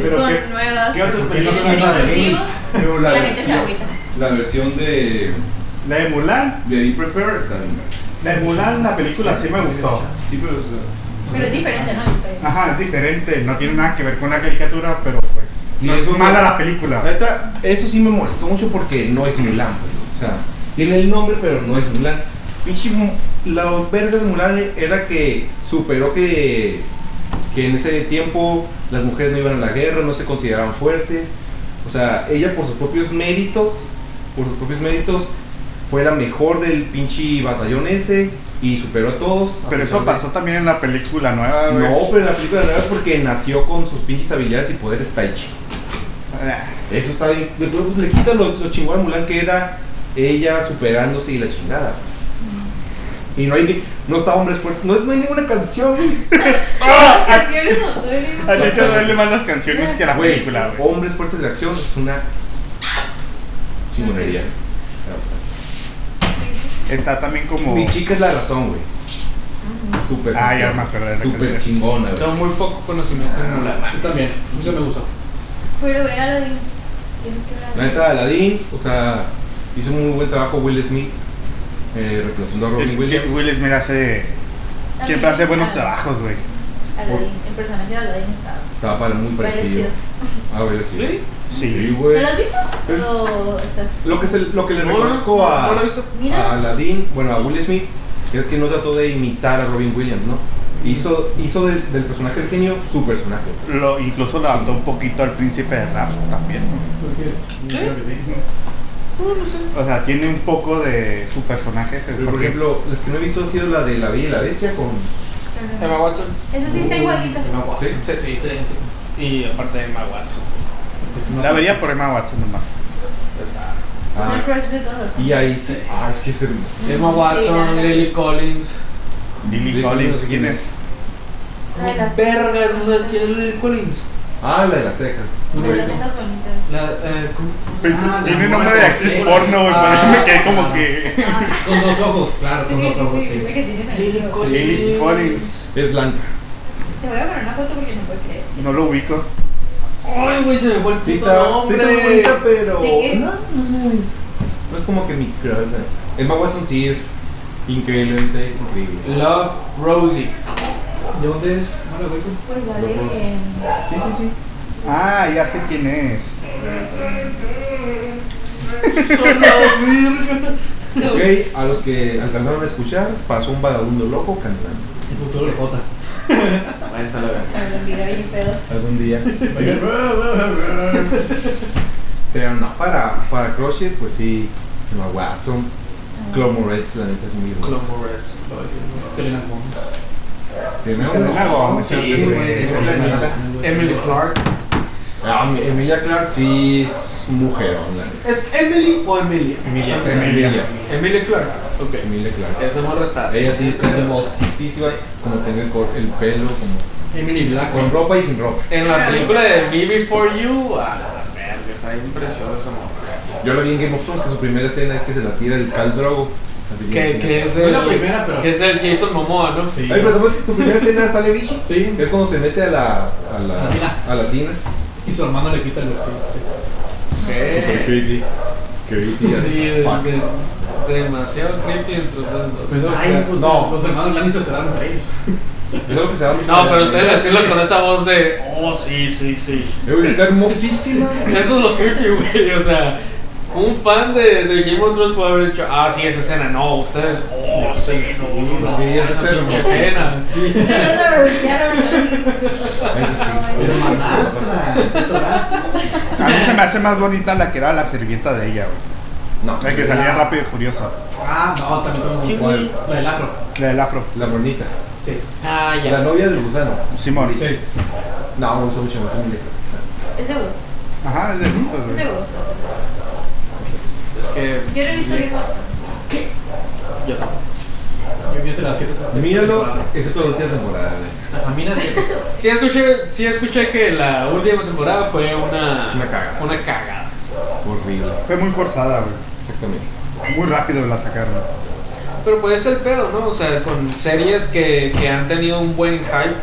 S5: Pero
S4: Con, con
S5: qué-
S4: nuevas.
S5: ¿Qué otras
S4: que
S3: Porque no
S5: películas
S4: son
S3: son las de mí.
S4: inclusivos,
S3: Pero la
S4: La gente se
S3: versión,
S4: agüita.
S3: la versión de,
S5: La de Mulan.
S3: de Be Prepared está bien.
S5: La de Mulan, la película sí me gustó.
S3: Sí, pero, o sea,
S4: Pero es diferente, ¿no? La historia.
S3: Ah.
S5: Ajá, es diferente. No tiene nada que ver con la caricatura, pero pues.
S3: Sí,
S5: No
S3: es
S5: es
S3: un-
S5: mala la
S3: La
S5: película.
S3: neta, eso sí me molestó mucho porque no es Mulan, pues. O sea, tiene el nombre, pero no es Mulan. Pinche, Mu- la verga de Mulan era que superó que, que en ese tiempo las mujeres no iban a la guerra, no se consideraban fuertes. O sea, ella por sus propios méritos, por sus propios méritos, fue la mejor del pinche batallón ese y superó a todos. a
S5: Pero eso
S3: pesar de-
S5: pasó también en la película nueva, güey.
S3: No, pero la película nueva es porque nació con sus pinches habilidades y poderes taichi.
S5: Ah,
S3: Eso está bien. Le, le quita lo, lo chingón a Mulan que era ella superándose y la chingada, pues. Y no hay ni- no está hombres fuertes, no, no hay ninguna canción, güey. Ah,
S4: Las canciones nos duelen.
S5: A ti te duelen más las canciones que la
S3: Güey, oh.
S5: película, güey.
S3: Hombres fuertes de acción es una chingonería.
S5: Está también como.
S3: Mi chica es la razón, güey. Super
S5: Ah, ya me acordé de la
S3: Super
S5: canción.
S3: chingona, güey.
S1: Tengo muy poco conocimiento en Mulan.
S2: Yo también, eso me gusta.
S4: Pero ve a la Disney. Tienes que ver a
S3: La
S4: la
S3: neta, Aladdin, o sea, hizo un muy buen trabajo Will Smith, eh, reemplazando a Robin
S5: Es que
S3: Williams.
S5: Will Smith hace.
S4: Disney.
S5: Siempre hace buenos
S4: Ah,
S5: trabajos, güey.
S4: Aladdin, el personaje de Aladdin está.
S3: Estaba para muy
S4: baila
S3: parecido.
S4: chido.
S3: Ah, güey, sí.
S1: ¿Sí?
S5: Sí.
S4: ¿No
S3: güey.
S4: lo has visto? ¿O
S3: Pues,
S4: estás.?
S3: Lo que, se- lo que le
S1: No,
S3: reconozco
S1: no,
S3: a,
S1: no lo he visto.
S4: Mira.
S3: a Aladdin, bueno, a Will Smith, es que no trató de imitar a Robin Williams, ¿no? Hizo, hizo del, del personaje del genio su personaje.
S5: Lo, incluso lo adaptó un poquito al príncipe de rap también.
S2: Pues que, yo creo que sí.
S1: No, no sé.
S5: O sea, tiene un poco de su personaje ese.
S3: Pero, por
S5: porque-
S3: ejemplo, las que no he visto ha sido la de La Bella y la Bestia con.
S1: Emma Watson.
S4: Esa sí está igualita.
S3: Emma Watson.
S1: Sí.
S2: Ah, Sí,
S1: Y aparte de Emma Watson.
S5: la vería por Emma Watson nomás.
S1: Está.
S4: Es el
S3: Ah,
S4: crush de todos.
S3: y ahí sí. Ah, es que es hermoso.
S1: Emma
S4: Sí,
S1: Watson,
S4: la-
S1: Lily Collins.
S5: Lily Collins, ¿quién es?
S4: La de las
S1: Vergas, ¿no sabes quién es Lily Collins?
S3: Ah, la de las cejas.
S4: De las
S3: Pues,
S4: cejas bonitas.
S1: La, eh, ¿cómo?
S5: Pues,
S2: Ah, la
S5: tiene
S2: morra
S5: nombre de
S2: con
S5: actriz
S2: cejas.
S5: porno, güey, por eso me quedé
S2: Ah.
S5: como que.
S4: Ah,
S2: Con dos ojos, claro,
S4: sí,
S2: con
S4: sí,
S2: dos ojos,
S4: sí, sí,
S2: sí.
S4: que tienen ahí.
S1: Lily Collins.
S5: Lily Collins,
S3: es blanca.
S4: Te voy a poner una foto porque no puedo creer.
S5: no lo ubico.
S1: Ay, güey, se me fue el puto
S3: Sí está, sí
S1: nombre.
S3: está muy bonita, pero.
S4: ¿De qué?
S3: No, no es muy- no es como que mi crush. Emma Watson sí es increíblemente horrible.
S1: Love Rosie.
S2: ¿De dónde es? No lo ubico.
S4: Pues la de. en-
S3: Sí, sí, sí.
S5: Ah, ya sé quién es.
S3: Ok, a los que alcanzaron a escuchar, pasó un vagabundo loco cantando.
S2: El futuro de Jota.
S1: Váyanse a la verga.
S4: Ah, los video bien pedo.
S3: Algún día. Pero no, para, para crushes, pues sí. Emma Watson.
S4: Ah.
S3: Chloe Moretz, la neta es muy hermosa.
S1: Clomo Reds.
S2: Selena Gomez.
S3: Selena
S5: Selena Gomez,
S3: Sí,
S5: sí,
S3: güey,
S5: güey,
S3: esa es la
S5: Selena.
S3: neta.
S1: Pues, Emily Clark.
S3: Ah, mi- Emilia Clark sí es mujerón, la neta.
S1: ¿Es Emily o Emilia? Emilia.
S5: Emilia.
S1: Emilia Clark. Ok.
S3: Emilia Clark.
S1: Esa morra está.
S3: Ella sí está hermosísima, como tener el, cor- el pelo, como
S2: Emily Black.
S3: con ropa y sin ropa.
S1: En la película de Me Before You, a la verga, está bien preciosa esa morra.
S3: Yo lo vi en Game of Thrones que su primera escena es que se la tira el Khal Drogo. Así
S1: Que, que es
S2: No
S1: el.
S2: es la primera, pero-
S1: Que es el Jason Momoa, ¿no?
S2: Sí.
S3: Ay, pero después su primera escena sale bicho.
S2: Sí.
S3: Es cuando se mete a la a la,
S2: La tina.
S3: a la tina.
S2: Y su hermano le quita el vestido.
S3: Super
S1: Sí.
S3: creepy. Creepy.
S1: Sí,
S3: as fuck.
S1: de- de- demasiado creepy entre ustedes dos.
S2: Pues,
S3: Ay, pues,
S2: no, los
S3: pues-
S2: hermanos Lannister se dan entre ellos.
S3: Es algo que se da mucho
S1: No,
S3: con
S1: pero
S3: la
S1: ustedes
S3: tina.
S1: decirlo con esa voz de. Oh, sí, sí, sí.
S3: Eh, güey, Está hermosísima.
S1: Eso es lo creepy, güey. O sea, un fan de, de Game of Thrones puede haber dicho, ah, sí, esa escena. No, ustedes, oh, sí, no, no,
S3: Sí, esa
S1: esa
S3: escena,
S1: pinche
S3: sí.
S1: escena, sí.
S4: Se los arruinaron.
S3: Ay, sí.
S5: A mí se me hace más bonita la que era la servieta de ella, güey.
S3: No,
S5: La que salía rápido y furiosa.
S2: Ah, no, también tenemos un
S3: ¿Cuál?
S2: cuadro. La del afro.
S5: La del afro.
S3: La bonita.
S2: Sí.
S1: Ah,
S3: La
S1: ya.
S3: novia del gusano.
S5: Simón.
S2: Sí.
S3: No, me gusta mucho más Emilia.
S4: Es de gusto.
S5: Ajá, es de listas,
S4: Es de
S5: güey.
S4: gusto.
S1: Es que
S4: Yo no he visto que
S1: yo tampoco.
S2: Yo vi la siete.
S3: Míralo, excepto la última temporada. güey.
S2: La familia siete.
S1: Sí escuché, sí escuché que la última temporada fue una,
S3: Una cagada.
S1: una cagada.
S3: Horrible.
S5: Fue muy forzada, güey.
S3: Exactamente.
S5: Muy rápido la sacaron.
S1: Pero puede ser pedo, ¿no? O sea, con series que, que han tenido un buen hype,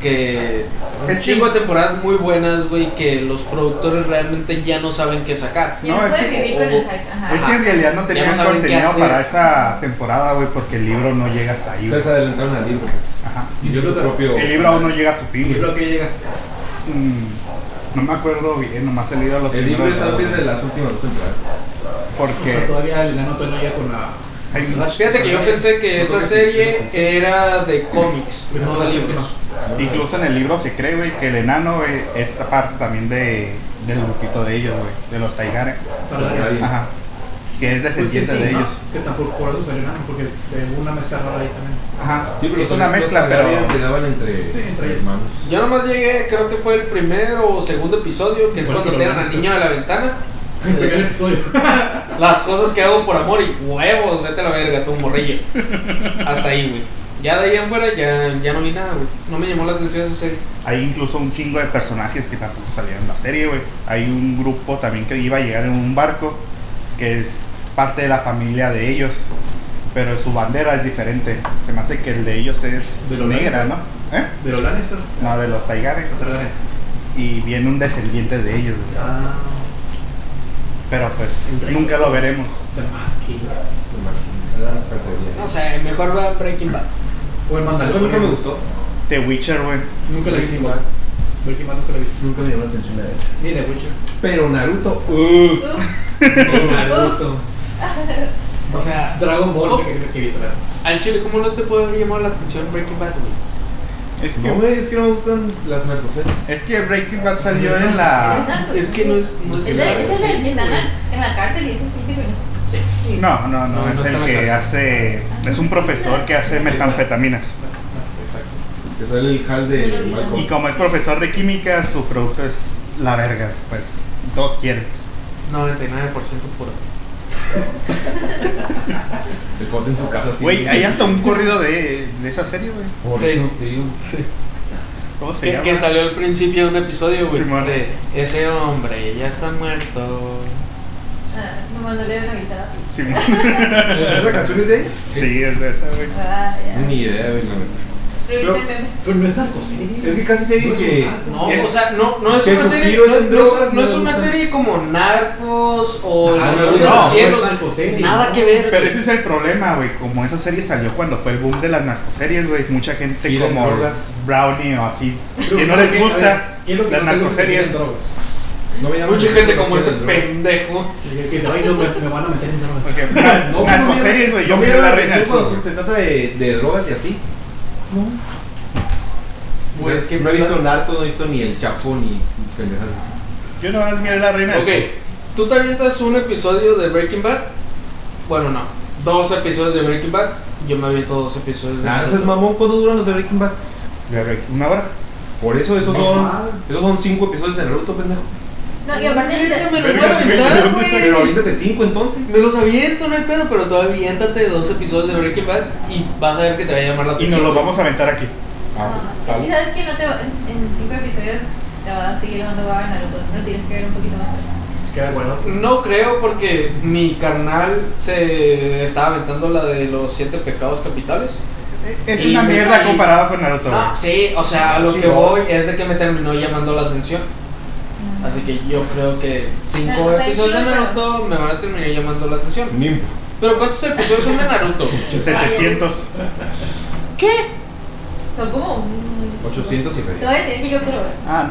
S1: que un
S5: Es que-
S1: chingo de temporadas muy buenas, güey, que los productores realmente ya no saben qué sacar.
S4: Yo
S5: No,
S4: no
S5: es
S4: puedo
S5: que-
S4: vivir con el hype. Ajá.
S5: Es que en realidad no tenían
S1: no saben qué
S5: contenido
S1: hacer.
S5: para esa temporada, güey, porque el libro no llega hasta ahí, güey.
S3: Ustedes adelantaron al libro. pues.
S5: Ajá.
S3: Hicieron su propio.
S5: El libro aún no llega a su fin,
S2: Y
S5: güey.
S2: lo que llega.
S5: Mm, No me acuerdo bien, nomás he leído los
S3: El libro
S5: primeros
S3: es antes
S5: dos,
S3: de las últimas dos temporadas.
S2: O sea,
S5: Porque
S2: todavía el enano todavía no llega con la.
S5: hay muchas-
S1: Fíjate que yo pensé que esa serie era de cómics, no de libros.
S5: Incluso en el libro se cree, güey, que el enano, güey, esta parte también de, del grupito de ellos, güey, de los Taigares.
S2: Tardaría.
S5: Ajá. Que es
S2: Pues que
S5: descendiente
S2: sí,
S5: de
S2: ¿no?
S5: ellos.
S2: Que tampoco por eso salió enano, porque hubo una mezcla rara ahí también.
S5: Ajá.
S3: Sí, pero
S5: es una
S3: los
S5: mezcla, pero.
S3: Targaryen se daban entre,
S2: Sí, entre
S3: hermanos.
S1: Yo nomás llegué, creo que fue el primer o segundo episodio, que es
S2: Bueno,
S1: cuando
S2: pero
S1: tiran
S2: bueno,
S1: al
S2: es que-
S1: niño de la ventana.
S2: El primer episodio.
S1: Las cosas que hago por amor y huevos, vete a la verga, tu morrillo. Hasta ahí, güey. Ya de ahí en fuera ya, ya no vi nada, güey. No me llamó la atención esa serie.
S5: Hay incluso un chingo de personajes que tampoco salieron en la serie, güey. Hay un grupo también que iba a llegar en un barco, que es parte de la familia de ellos, pero su bandera es diferente. Se me hace que el de ellos es
S2: De los
S5: negra, ¿no?
S2: Lannister.
S5: ¿Eh?
S2: ¿De los Lannister?
S5: No, de los Taigares.
S2: Targaryen.
S5: Y viene un descendiente de ellos, güey.
S2: Ah,
S5: Pero pues
S2: El rey.
S5: nunca lo veremos.
S2: The Mad King.
S3: Las perseguían.
S1: No sé, mejor va Breaking Bad.
S2: O el
S3: Algo
S2: Mandalorian.
S3: nunca me gustó.
S5: The Witcher, güey.
S2: Nunca la he visto igual. Breaking Bad nunca la he visto.
S3: Nunca me llamó la atención la hecho.
S2: Ni de Witcher.
S3: Pero Naruto, uff.
S4: Uf,
S2: Naruto.
S1: O sea,
S2: Dragon Ball,
S1: ¿Cómo?
S2: que creo que viste, ¿verdad?
S1: al chile, ¿cómo no te puede haber llamado la atención Breaking Bad, güey?
S5: Es que,
S3: No, güey, es que no me gustan las narcoseries.
S5: Ah, es que Breaking Bad salió en la.
S4: narcos.
S1: Es que no es. No es
S4: Es de- ese es el que están la cárcel y es científico y no sé.
S2: Sí.
S4: Sí.
S5: No, no, no,
S1: No, no
S5: es
S1: está en
S5: el
S1: la
S5: que
S1: cárcel.
S5: hace. Es un profesor que hace
S2: Sí, sí, sí.
S5: metanfetaminas.
S2: Bueno, no, Exacto.
S3: Que sale el hal de Malcolm.
S5: Y como es profesor de química, su producto es la verga, pues. Todos quieren.
S1: 99% puro.
S3: El cote en su casa así.
S5: Güey, hay hasta un corrido de, de esa serie, güey.
S3: Por
S1: Sí.
S3: eso te digo.
S5: ¿Cómo se
S1: Que,
S5: llama?
S1: que salió al principio de un episodio, güey.
S5: Simón.
S1: de ese hombre ya está muerto.
S4: Ah, nomás no le dieron pues, avisar.
S5: Sí,
S3: ¿Esa la canción es de ella?
S5: sí, es de esa, güey.
S4: Ah, ya.
S3: Ni idea, güey, la neta.
S4: Revista el memes.
S2: Pero no es narcoserie.
S3: Es que casi series que.
S1: No,
S5: ¿Qué?
S1: o sea, no, no es
S3: Que
S1: una
S3: su
S1: serie.
S3: giro es
S1: No,
S3: en
S1: no es-
S3: drogas,
S1: no es
S3: no,
S1: una
S3: no.
S1: serie como Narcos o El
S2: Ah,
S1: Señor
S2: no,
S1: de los
S5: no, no es
S1: Cielos.
S2: narcoserie.
S1: Nada que ver.
S5: Pero
S1: güey.
S5: ese es el problema, güey. Como esa serie salió cuando fue el boom de las narcoseries, güey. Mucha gente
S3: Gira en
S5: como
S3: drogas.
S5: Brownie o así,
S2: Pero,
S5: que no les gusta
S2: ¿qué es lo que
S5: las
S2: no te gusta que
S5: narcoseries.
S2: tienen drogas?
S3: No me llaman
S1: Mucha gente como
S3: de
S1: este
S3: drogas.
S1: pendejo.
S2: Que dice, ay, no, me, me van a meter en drogas.
S5: Porque
S3: No,
S5: narcoseries, güey. Yo
S3: no
S5: vi
S3: llama
S5: la reina del
S3: atención
S5: sur.
S3: cuando se trata de, de drogas y así.
S2: No.
S1: Güey, es que.
S3: no he visto narco, no he visto ni el chapo ni pendejadas. así.
S5: Yo no miré la reina del
S1: Ok,
S5: sur.
S1: tú te avientas un episodio de Breaking Bad. Bueno, no. Dos episodios de Breaking Bad. Yo me aviento dos episodios de.
S3: Nah,
S1: Naruto.
S3: Ah, ese es mamón, ¿cuánto duran los de Breaking Bad?
S5: De re- Una hora.
S3: Por eso esos son,
S2: Ajá.
S3: esos son cinco episodios de Naruto, pendejo.
S4: No, y aparte
S1: Verga, me
S4: literal-
S1: los voy a aventar, güey.
S5: pues,
S3: Pero aviéntate cinco entonces.
S1: Me los aviento, no hay pedo, pero todavía aviéntate dos episodios de Breaking Bad y vas a ver que te va a llamar la
S5: Y
S1: atención.
S5: nos lo
S1: güey.
S5: vamos a aventar aquí. Ah,
S4: Ajá. Es que Ah, sabes que no te va- en, en cinco episodios te va a seguir dando va a ganar pero tienes que ver un poquito más.
S2: Es que de acuerdo.
S1: No creo porque mi carnal se estaba aventando la de los siete pecados capitales.
S5: Es
S1: Sí,
S5: una
S1: sí,
S5: mierda
S1: sí.
S5: comparada con Naruto. güey.
S1: Ah, sí, o sea, a lo
S3: Sí,
S1: que
S3: no.
S1: voy es de que me terminó llamando la atención. Así que yo creo que cinco
S4: Pero, o sea,
S1: episodios de
S4: sí, pero-
S1: Naruto me van a terminar llamando la atención.
S3: Nimpo.
S1: Pero ¿cuántos episodios son de Naruto?
S5: 700.
S4: Son como un-
S3: 800 y
S4: Te
S3: feria.
S4: voy a decir que yo quiero ver.
S5: Ah,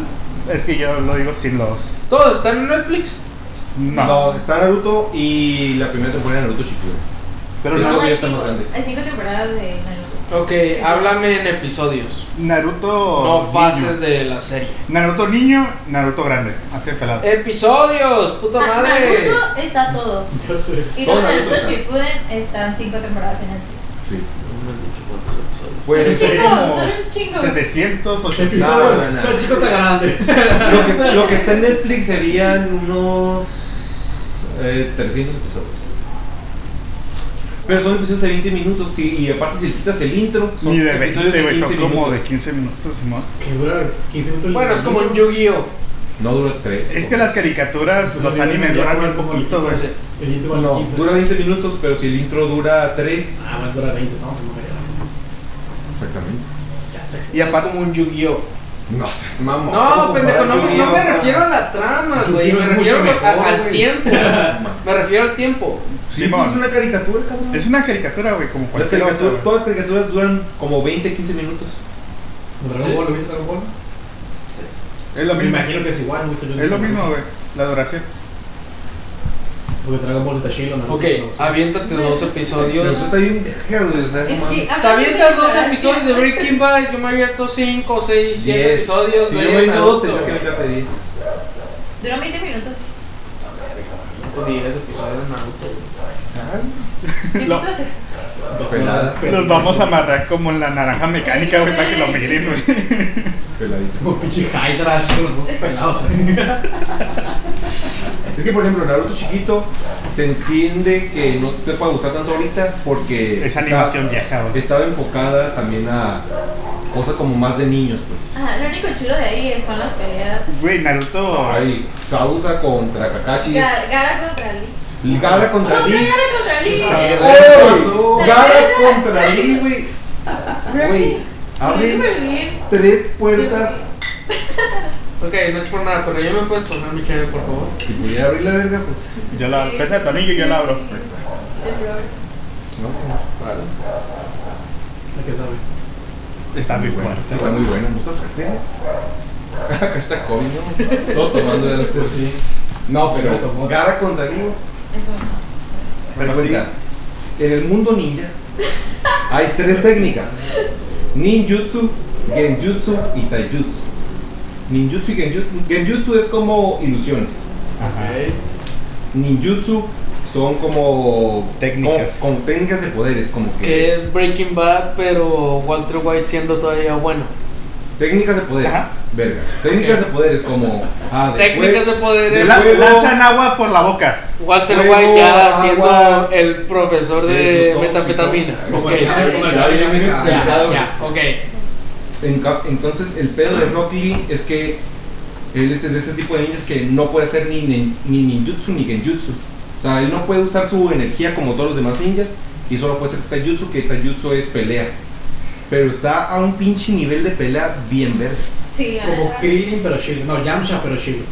S5: es que yo lo digo sin los.
S1: Todos están en Netflix.
S5: No.
S3: No. está Naruto y la primera temporada de Naruto Shippuden.
S5: pero
S3: no,
S4: No,
S5: Naruto,
S3: ya
S4: hay,
S3: está
S4: cinco,
S3: más grande.
S4: hay cinco temporadas de Naruto.
S1: Ok, háblame en episodios,
S5: Naruto.
S1: no
S5: Oh, niño.
S1: fases de la serie.
S5: Naruto niño, Naruto grande. Así de pelado.
S4: Eh,
S1: Episodios, puta
S4: Ah,
S1: madre.
S4: Naruto está todo.
S2: Yo sé.
S4: Y
S3: Todo
S4: los Naruto
S3: Naruto está.
S4: Shippuden están cinco temporadas en Netflix.
S3: Sí.
S1: No me han dicho cuántos episodios.
S3: Pues
S4: Sí.
S5: Son
S4: Son un chingo.
S5: como 700,
S2: Episodio.
S5: 800.
S3: no, no.
S2: El chico está grande.
S3: lo, que, lo que está en Netflix serían unos eh, 300 episodios. Pero son episodios de 20 minutos sí, y aparte si le quitas el intro, son
S5: Ni de
S3: episodios
S5: 20, güey. Son
S3: 15
S5: como
S3: minutos.
S5: de 15 minutos. Simón.
S2: Que dura 15 minutos.
S1: Bueno, es como en Yu-Gi-Oh!
S3: No dura 3.
S5: Es que las caricaturas, los animes duran muy poquito, güey.
S2: El YouTube
S3: No,
S2: vale 15.
S3: dura 20 minutos, pero si el intro dura 3.
S2: Ah, más dura 20, no, se me cayó.
S3: Exactamente.
S5: Y
S1: es
S5: aparte.
S1: como un Yu-Gi-Oh!
S3: No seas mamón.
S1: No,
S3: Oh, ¿Cómo
S1: pendejo, no,
S3: comparar
S1: me-
S3: Yu-Gi-Oh?
S1: no me refiero a la trama, güey.
S2: Yu-Gi-Oh
S1: Me
S2: es
S1: refiero
S2: mucho
S1: a-
S2: mejor,
S1: al
S2: güey.
S1: tiempo. Me refiero al tiempo.
S3: Sí,
S5: Simón.
S3: pues, es una caricatura, cabrón.
S5: Es una caricatura, güey, como
S3: Las
S5: cualquier
S3: caricatu-
S5: otra.
S3: todas las caricaturas duran como 20, 15 minutos.
S2: ¿Dragon Ball? ¿Lo viste Dragon Ball?
S5: Es lo
S2: Me
S5: mismo.
S2: imagino que es igual, mucho yo
S5: Es lo mismo, güey. La duración.
S2: Porque Dragon Ball está chido, ¿no?
S1: Ok, ah. aviéntate dos
S3: Pero
S1: episodios.
S3: eso está bien verga, güey. O sea, no
S4: Es que-
S3: mames.
S4: ah,
S1: Te avientas dos
S4: Aparte,
S1: episodios de Breaking Bad. Yo me he abierto 5, 6, 7
S3: Diez.
S1: episodios.
S3: Si
S1: de
S3: yo voy a
S1: Naruto,
S3: dos, tendría que
S1: güey.
S3: aventarte 10.
S4: Duran 20 minutos.
S1: Diez episodios de Naruto. güey.
S4: ¿Qué
S5: Lo-
S4: quito hacer?
S3: Pelada.
S5: Los vamos a amarrar como en la naranja mecánica, güey, para que lo miren, güey.
S3: Peladito.
S2: Como pinche Hydras, con los dos pelados. ¿eh?
S3: Es que, por ejemplo, Naruto chiquito se entiende que no te puede gustar tanto ahorita porque
S5: Esa
S3: está-
S5: animación vieja, güey.
S3: estaba enfocada también a cosas como más de niños, pues.
S4: Ajá, lo único chulo de ahí son las peleas.
S5: Güey, Naruto.
S3: Hay Sausa contra Kakashi.
S4: Ga- Gara contra Lee.
S3: Gara contra
S4: No,
S3: Lee.
S4: Gara contra Lee.
S3: ¡Oh!
S4: ¿Te
S3: Gara
S4: acuerdas?
S3: contra Lee, güey. Ah, Güey,
S4: Abre.
S3: abren tres puertas.
S1: Ok, no es por nada, pero ya me puedes pasar mi chave, por favor.
S3: Si pudiera abrir la verga, pues.
S5: Yo la. Pese a tornillo, yo la abro.
S3: No, claro.
S2: ¿A qué sabe?
S5: Está muy fuerte.
S3: Está muy buena. Me gusta fuerte. Acá está COVID, ¿no? Todos tomando de
S2: Pues sí.
S3: No,
S2: Me
S3: pero
S2: tomó.
S3: Gara contra Lee, güey.
S4: Eso
S5: Pero
S3: Pero
S5: sí.
S3: cuenta, en el mundo ninja hay tres técnicas: ninjutsu, genjutsu y taijutsu. Ninjutsu y genjutsu, genjutsu es como ilusiones.
S5: Ajá.
S3: ninjutsu son como
S5: Técnicas.
S3: Con, con técnicas de poderes, como que,
S1: Que es Breaking Bad, pero Walter White siendo todavía bueno.
S3: técnicas de poderes,
S5: Ajá.
S3: verga. Técnicas
S1: Ok.
S3: de poderes como ah, de
S1: Técnicas de poderes.
S3: de
S5: La-
S3: fuego.
S5: lanzan agua por la boca.
S1: Walter
S3: Fuego,
S1: White ya
S3: agua,
S1: siendo el profesor de
S3: eso, todo,
S1: metanfetamina.
S3: y todo.
S1: Ok.
S3: Ya, ya, ya vienes
S1: Ya,
S3: sensado.
S1: ya, ok.
S3: Enca- Entonces, el pedo de Rock Lee es que él es de ese tipo de ninjas que no puede hacer ni, nin- ni ninjutsu ni genjutsu. O sea, él no puede usar su energía como todos los demás ninjas y solo puede hacer taijutsu, que taijutsu es pelea. Pero está a un pinche nivel de pelea bien verdes.
S4: Sí,
S2: Como
S4: ajá.
S2: Krillin pero Shield. No, Yamcha pero Shield.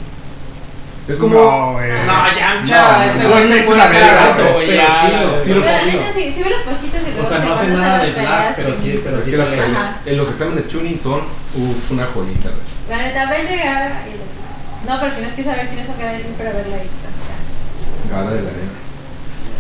S3: Es como.
S5: No, güey.
S1: No, Yamcha,
S5: No,
S1: ese
S5: no,
S1: güey
S5: no,
S1: se
S5: es
S1: fue
S5: una
S1: a
S5: verga,
S1: cagazo, güey.
S2: pero
S1: ya,
S2: sí lo-
S1: la-
S2: sí
S4: Pero
S2: lo-
S4: la neta sí, sí ve los poquitos y luego
S2: O sea,
S4: te
S2: no hacen
S4: acuerdas
S2: nada
S4: las
S2: de Blast,
S4: peleas,
S2: pero sí, pero
S3: es
S2: sí.
S3: que las
S2: pelea.
S3: peleas-
S4: Ajá.
S3: en los exámenes chunin son uf, una jodita. güey.
S4: La neta, ve llegar. y- No, pero tienes que saber quiénes son cada uno para ver la lista.
S3: Gala de la arena.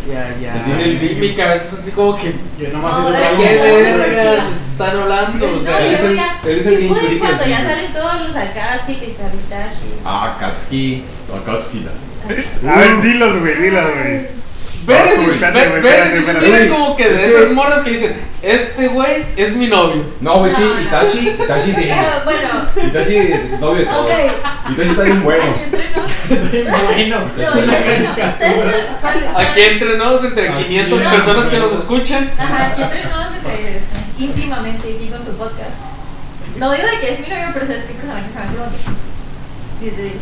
S1: Ya, ya.
S3: Y sin el-
S1: Mi cabeza es así como que.
S2: Yo
S4: No,
S2: nomás
S1: ¿De
S4: Pero
S1: qué
S4: no, no,
S1: vergas
S4: no.
S1: están hablando? O
S4: no,
S1: sea,
S4: y
S3: es
S4: luego
S3: el-
S4: ya,
S3: él es el
S4: sí pude
S3: Inchurique
S4: cuando
S3: del
S4: ya
S3: libro.
S4: salen todos los Akatsuki, que es Abitashi.
S3: Ah, Katsuki. Akatsuki. da.
S5: A ver, dilos, güey, dilos, güey.
S1: Ver
S5: Sorry,
S1: ese-
S5: espérate,
S1: ver-
S5: güey,
S1: ver
S5: espérate,
S1: ese
S5: espérate.
S1: tiene
S3: Güey,
S1: como que de
S3: es que-
S1: esas morras que dicen: Este güey es mi novio.
S3: No, es que
S4: No, no.
S3: Itachi, Itachi sí.
S4: Pero, bueno,
S3: Itachi es novio de todos.
S4: Ok.
S3: Itachi está bien bueno.
S4: aquí entre nos.
S2: bueno.
S4: No,
S2: una
S4: Itachi no. ¿Sabes
S2: caricatura.
S4: cuál- cuál?
S1: Aquí entre nos, entre
S2: Aquí,
S1: 500
S4: no,
S1: personas que
S2: no.
S1: nos escuchan.
S4: Ajá, aquí entre nos, de que íntimamente aquí con tu podcast. No digo de que es mi novio, pero sabes qué personaje jamás lo Sí, te digo.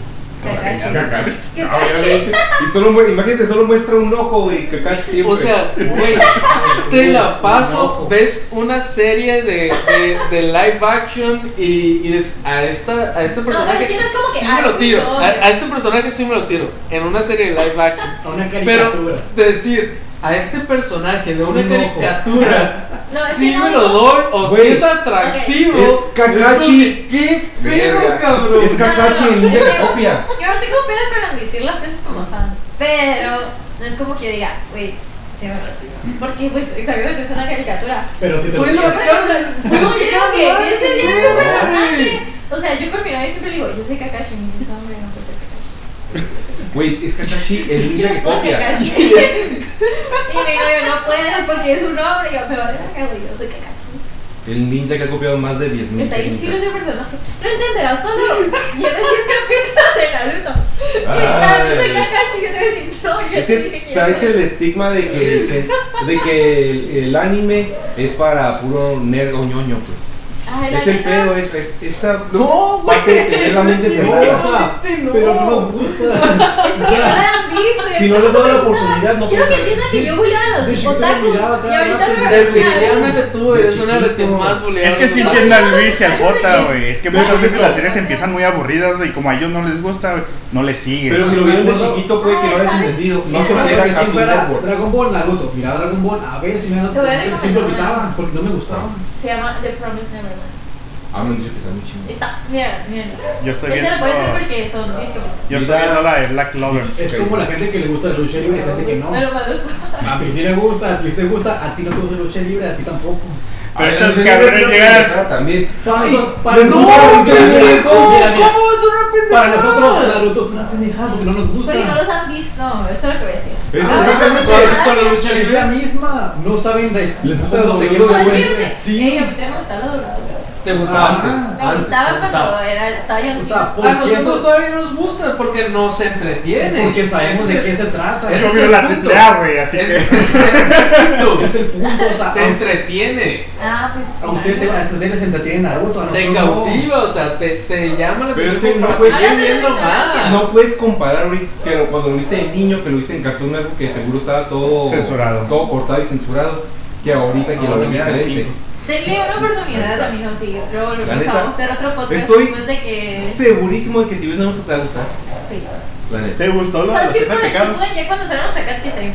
S4: Kakashi.
S3: Kakashi.
S4: Kakashi.
S3: Ah, Y solo, mu- imagínate, solo muestra un ojo, güey, que casi siempre.
S1: O sea, güey, te la paso,
S2: Ojo.
S1: ves una serie de, de, de live action y, y dices, a, esta, a este
S4: pero
S1: personaje
S4: es que no es como que,
S1: sí
S4: "Ay,
S1: me lo
S4: mi
S1: tiro, a,
S4: novio".
S1: a este personaje sí me lo tiro, en una serie de live action.
S2: A Una
S1: Pero
S2: caricatura.
S1: decir, a este personaje de una
S2: Un ojo.
S1: caricatura,
S4: No, es
S1: sí
S4: que no,
S1: me lo
S4: no.
S1: doy o si
S3: Güey,
S1: es atractivo.
S3: es Kakashi.
S1: es lo que- ¿Qué pedo,
S3: Verga.
S1: cabrón?
S3: Es Kakashi,
S4: No, no,
S3: el
S4: no,
S3: ninja que
S4: pero-
S3: copia.
S4: Yo no tengo pedo para admitir las cosas como son, pero no es como que diga, güey, se me retiro. Porque, pues, sabiendo que es una caricatura.
S2: Pero si te lo
S1: Fue lo
S2: digas.
S1: que acabas de- fue
S4: No,
S1: lo que
S4: creo
S1: acabas de
S4: que
S1: dar,
S4: ese
S1: qué
S4: día es un
S1: pedo,
S4: personaje.
S1: güey.
S4: O sea, yo con mi novia siempre le digo, yo soy Kakashi, y me dice, hombre, no sé Kakashi.
S3: Güey, es Kakashi, el ninja que
S4: Yo soy
S3: copia.
S4: Kakashi. y mi novio no puede porque es un hombre. Y yo, me vale la cago, yo soy Kakashi.
S3: El ninja que ha copiado más de 10.000.
S4: Está bien chido ese
S3: técnicas.
S4: personaje. No entenderás cuando lleves 10 capítulos de Naruto. Y me digas, yo soy
S3: Ay.
S4: Kakashi, yo te voy a decir, no, yo
S3: Ah, Es
S4: te dije
S3: que
S4: que yo
S3: Este traes
S4: soy".
S3: el estigma de que, que- de que el, el anime es para puro nerd o ñoño, pues.
S4: Ay, la
S3: Es el
S4: neta,
S3: pedo, eh. es, es esa
S1: No, güey.
S3: parte de tener la mente cerrada.
S1: Obviamente no.
S2: Pero no nos gusta.
S4: Es que no la han visto. y
S3: si no
S4: ahorita
S3: les daba la
S4: me gusta.
S3: oportunidad, no
S4: Quiero que
S3: puedes
S4: entiendan que yo bulleaba a
S2: De
S4: los
S2: chiquito me
S4: otakus.
S2: miraba
S4: Y
S2: cada
S4: ahorita
S2: rato.
S4: me
S1: Definitivamente tú
S2: De
S1: eres una de tus
S2: chiquito.
S1: más buleadas.
S5: Es que sí entiendo al Luis y al Jota, güey. Es que muchas veces las series empiezan muy aburridas, güey. y Como a ellos no les gusta, güey, no les siguen.
S3: Pero si lo
S2: Me
S3: vieron de
S2: acuerdo-
S3: chiquito, puede que no hayas
S4: ¿sabes?
S3: entendido. No
S2: No
S3: es
S2: era
S3: porque era
S2: que siempre
S3: Cartoon
S2: era
S3: Network.
S2: Dragon Ball Naruto. Miraba Dragon Ball a veces y me
S4: Te voy a recomendar
S2: siempre
S4: una.
S2: quitaba porque no me gustaba.
S4: Se llama The Promised Neverland.
S3: Ah, me han dicho que está muy chingón.
S4: Está, mira, mira.
S5: Yo estoy
S4: Esa
S5: viendo.
S4: la puedes ver porque son discos.
S5: Yo estoy viendo la de Black Clover.
S2: Es
S3: Ok.
S2: como la gente que le gusta la lucha libre y la gente que no.
S4: Me lo mando.
S2: A ti sí le gusta, a ti te gusta, a ti no te gusta la lucha libre, a ti tampoco.
S5: Pero
S3: Ah,
S5: estos
S3: sí,
S5: cabrones
S3: sí, sí,
S5: llegan-
S3: sí, También.
S2: Para
S1: Ay,
S2: nosotros, para
S3: no,
S2: nosotros,
S3: qué pendejo.
S1: Mira, mira.
S2: ¿Cómo
S1: es una
S2: para nosotros Naruto es una pendejada porque no nos gusta.
S4: Porque no los han visto. Eso es lo que voy a decir.
S3: Es
S4: Ah,
S3: exactamente
S4: no, no,
S3: igual.
S4: no,
S1: Con la lucha
S2: Es la
S1: libre.
S2: misma, no saben la
S3: Les gusta
S2: no
S3: los
S2: sé qué
S4: No,
S3: dobles
S4: es
S2: güey.
S4: que
S2: Sí.
S4: eh, a mí también me gustaba la doradora.
S1: ¿Te gustaba
S2: Ah.
S1: antes?
S4: Me gustaba cuando era, estaba yo en
S2: O sea,
S1: A
S2: porque
S1: nosotros
S2: eso-
S1: todavía nos gusta porque nos entretiene.
S2: porque sabemos
S1: Ese
S2: de
S1: es
S2: qué
S1: el-
S2: se trata.
S1: ese
S5: Yo
S1: es
S5: vi
S1: el
S5: la
S1: punto.
S5: AAA, güey, así
S1: Ese
S5: que.
S1: ese es el punto.
S2: Es el punto, o sea,
S1: Te
S2: a-
S1: entretiene,
S4: Ah, pues.
S2: a ustedes te- a ustedes les entretiene Naruto, a
S1: te
S2: nosotros no.
S1: cautiva, o sea, te, te llama la
S3: Pero es
S1: atención.
S3: que no
S1: porque
S3: puedes-
S1: siguen
S4: Ahora te
S1: viendo
S4: doy
S1: más.
S4: gracias.
S3: No puedes comparar ahorita que lo- cuando lo viste de niño, que lo viste en Cartoon Network, que seguro estaba todo
S5: Censurado.
S3: todo cortado y censurado, que ahorita que lo
S4: Ah,
S2: Ahora
S3: ves
S2: mira,
S3: diferente.
S2: cinco.
S4: Denle una oportunidad a mi hijo, sí. Luego lo
S3: La neta,
S4: vamos a hacer otro podcast
S3: estoy-
S4: después de que.
S3: Eh. Segurísimo de que si ves Naruto te va a gustar.
S4: Sí.
S3: La neta.
S5: ¿Te gustó lo de
S4: Pero
S5: los
S4: sí, con
S5: siete
S4: el
S5: pecados?
S4: Shippuden, ya cuando salgan los Akatsuki está bien.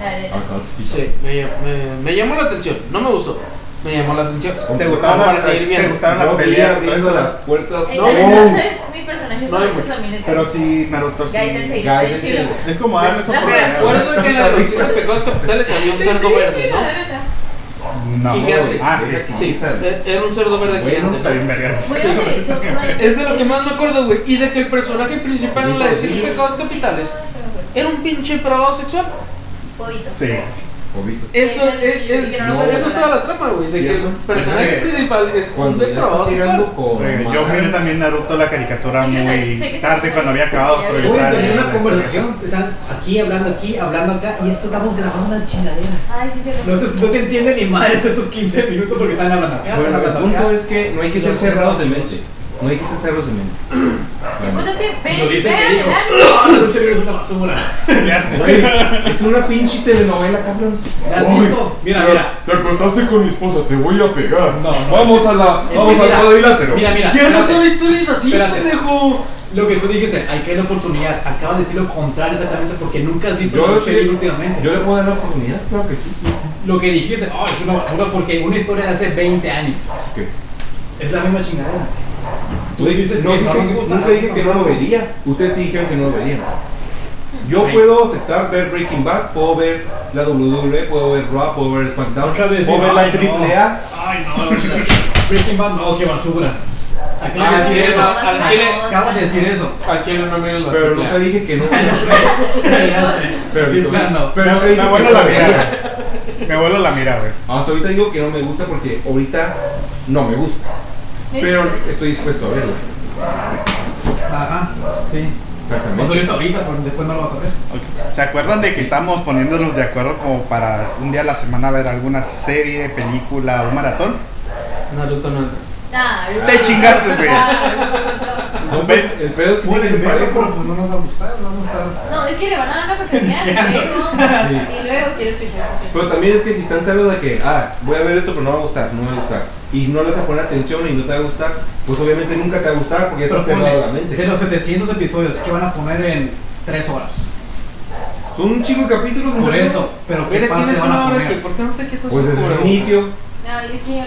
S4: La neta.
S3: Akatsuki.
S1: Sí, me, llam- me- me llamó la atención, no me gustó. Me llamó la atención.
S5: ¿Te gustaron
S1: Para
S5: las,
S1: seguir
S5: te
S1: viendo.
S5: gustaron las
S3: Yo vi
S5: peleas?
S3: abriendo
S5: todo eso?
S3: las puertas.
S4: Eh,
S3: No,
S4: la neta, entonces, mis personajes
S1: No hay
S4: favoritos
S1: mucho.
S4: son miles de-
S5: Pero sí, Naruto.
S4: Gai
S5: Sí.
S4: Sensei,
S3: Gai
S4: está
S3: Sensei.
S4: chido.
S5: Es como ah, darles
S4: La
S1: Me
S5: oportunidad. güey.
S1: acuerdo que en la de los siete pecados capitales había un cerdo verde,
S4: La
S1: ¿no?
S4: neta.
S5: No,
S1: Gigante.
S5: güey. Ah,
S3: Deja
S5: sí.
S3: que-
S1: Sí, eh, era un cerdo verde
S3: Bueno,
S5: Está
S1: gigante.
S5: bien, verga.
S4: Muy bonito,
S1: Es de lo que más me acuerdo, güey. Y de que el personaje principal en la de siete pecados capitales era un pinche probado sexual.
S4: Bobito.
S5: Sí.
S3: Obito.
S1: Eso
S4: Eso es-
S1: es, es-
S4: y que no
S3: lo
S1: no,
S3: puedes
S1: eso es
S4: parar.
S1: toda la trama, güey. De
S3: Sí,
S1: que el
S3: pues,
S1: personaje
S3: pues,
S1: principal es un
S3: Cuando ya
S1: depravado
S3: estás llegando
S1: sexual.
S3: con
S5: Yo miré también Naruto la caricatura
S4: Yo quiero saber,
S5: muy
S4: sé que se
S5: tarde
S4: puede.
S5: cuando había acabado.
S4: Ya
S5: pero
S4: ves.
S5: yo
S2: Uy,
S5: estaba
S2: tener
S5: leyendo
S2: una
S5: la
S2: conversación, están aquí hablando aquí, hablando acá, y esto estamos grabando una chingadera.
S4: Ay, sí, cierto.
S2: No, se- no te entienden ni madres estos 15 minutos porque están hablando acá.
S3: Bueno,
S2: están
S3: el
S2: hablando
S3: punto
S2: acá.
S3: es que no hay que ser
S2: Los
S3: cerrados de
S2: objetivos.
S3: mente. No hay que ser cerrados de mente.
S4: El punto Pues es que ve,
S2: Lo dicen que
S4: ve,
S2: dijo,
S4: dale.
S2: "Ah, la lucha libre es una basura.
S5: Ya
S3: Güey,
S5: sé.
S3: es una pinche telenovela, cabrón.
S2: ¿La has
S3: Uy,
S2: visto? Mira, mira.
S3: Te acostaste con mi esposa, te voy a pegar.
S2: No, no.
S3: Vamos a la.
S2: Es que
S3: vamos al
S2: mira,
S3: cuadrilátero.
S2: Mira, mira.
S1: Ya no
S2: espérate.
S1: son historias así,
S2: Espérate.
S1: pendejo.
S2: Lo que tú dijiste, hay que dar la oportunidad. Acabas de decir lo contrario exactamente porque nunca has visto
S3: Yo
S2: lucha
S3: sí-
S2: libre últimamente.
S3: Yo le puedo dar la oportunidad, claro que sí.
S2: Lo que dijiste, oh, es una basura porque una historia de hace 20 años.
S3: ¿Qué?
S2: Es la misma chingadera. Tú dices
S3: no,
S2: que
S3: dije-
S2: no nos gusta,
S3: nunca
S2: no
S3: dije
S2: nos
S3: que no
S2: gusta.
S3: lo vería. Ustedes sí dijeron que no lo verían. Yo
S2: Ay.
S3: puedo aceptar ver Breaking Bad, puedo ver la WWE, puedo ver Raw, puedo ver SmackDown,
S2: Acabas de decir,
S3: puedo ver la
S2: ay, no.
S3: AAA.
S2: Ay, no, Breaking Bad, no, qué basura. Acabas
S1: Ah,
S2: de decir
S1: sí,
S2: eso.
S1: no,
S2: Acabas-
S1: al chile,
S2: Acabas de decir eso.
S1: Al chile no mires la
S3: Pero
S1: triple A.
S3: nunca dije que no. Pero
S2: Pero
S3: entonces-
S2: no.
S3: pero nunca dije
S5: Me
S3: que
S5: vuelo
S3: no
S5: la
S3: lo vería.
S5: mira. Me vuelo la mira, güey.
S3: Ah, so ahorita digo que no me gusta porque ahorita no me gusta. Pero estoy dispuesto a verlo.
S2: Ajá, sí.
S3: Exactamente.
S2: No subiste ahorita, pero después no lo vas a ver.
S5: ¿Se acuerdan de que estamos poniéndonos de acuerdo como para un día a la semana ver alguna serie, película, un maratón?
S1: Naruto no entra.
S4: Nah,
S5: Te chingaste, güey.
S4: Ah,
S3: Entonces, el pedo es que tiene que ser parejo.
S2: pues no nos va a gustar, vamos a estar.
S4: No, es que le van a dar la oportunidad y luego,
S3: Sí.
S4: y luego quiero escuchar.
S3: Pero también es que si están seguros de que, ah, voy a ver esto, pero no me va a gustar, no me va a gustar. Y no le vas a poner atención y no te va a gustar, pues obviamente nunca te va a gustar porque ya
S2: Pero
S3: estás cerrado
S2: ponle,
S3: la mente.
S2: de los 700 episodios que van a poner en 3 horas.
S3: Son un chico de capítulos
S2: Por
S3: entre
S2: eso,
S3: todos.
S2: pero ¿qué
S1: Mira,
S2: parte
S1: tienes
S2: van a
S1: una hora
S2: poner?
S1: aquí. ¿Por qué no te quitas
S3: Pues
S1: el
S3: desde el
S1: cubrebocas?
S3: inicio,
S4: No, es que yo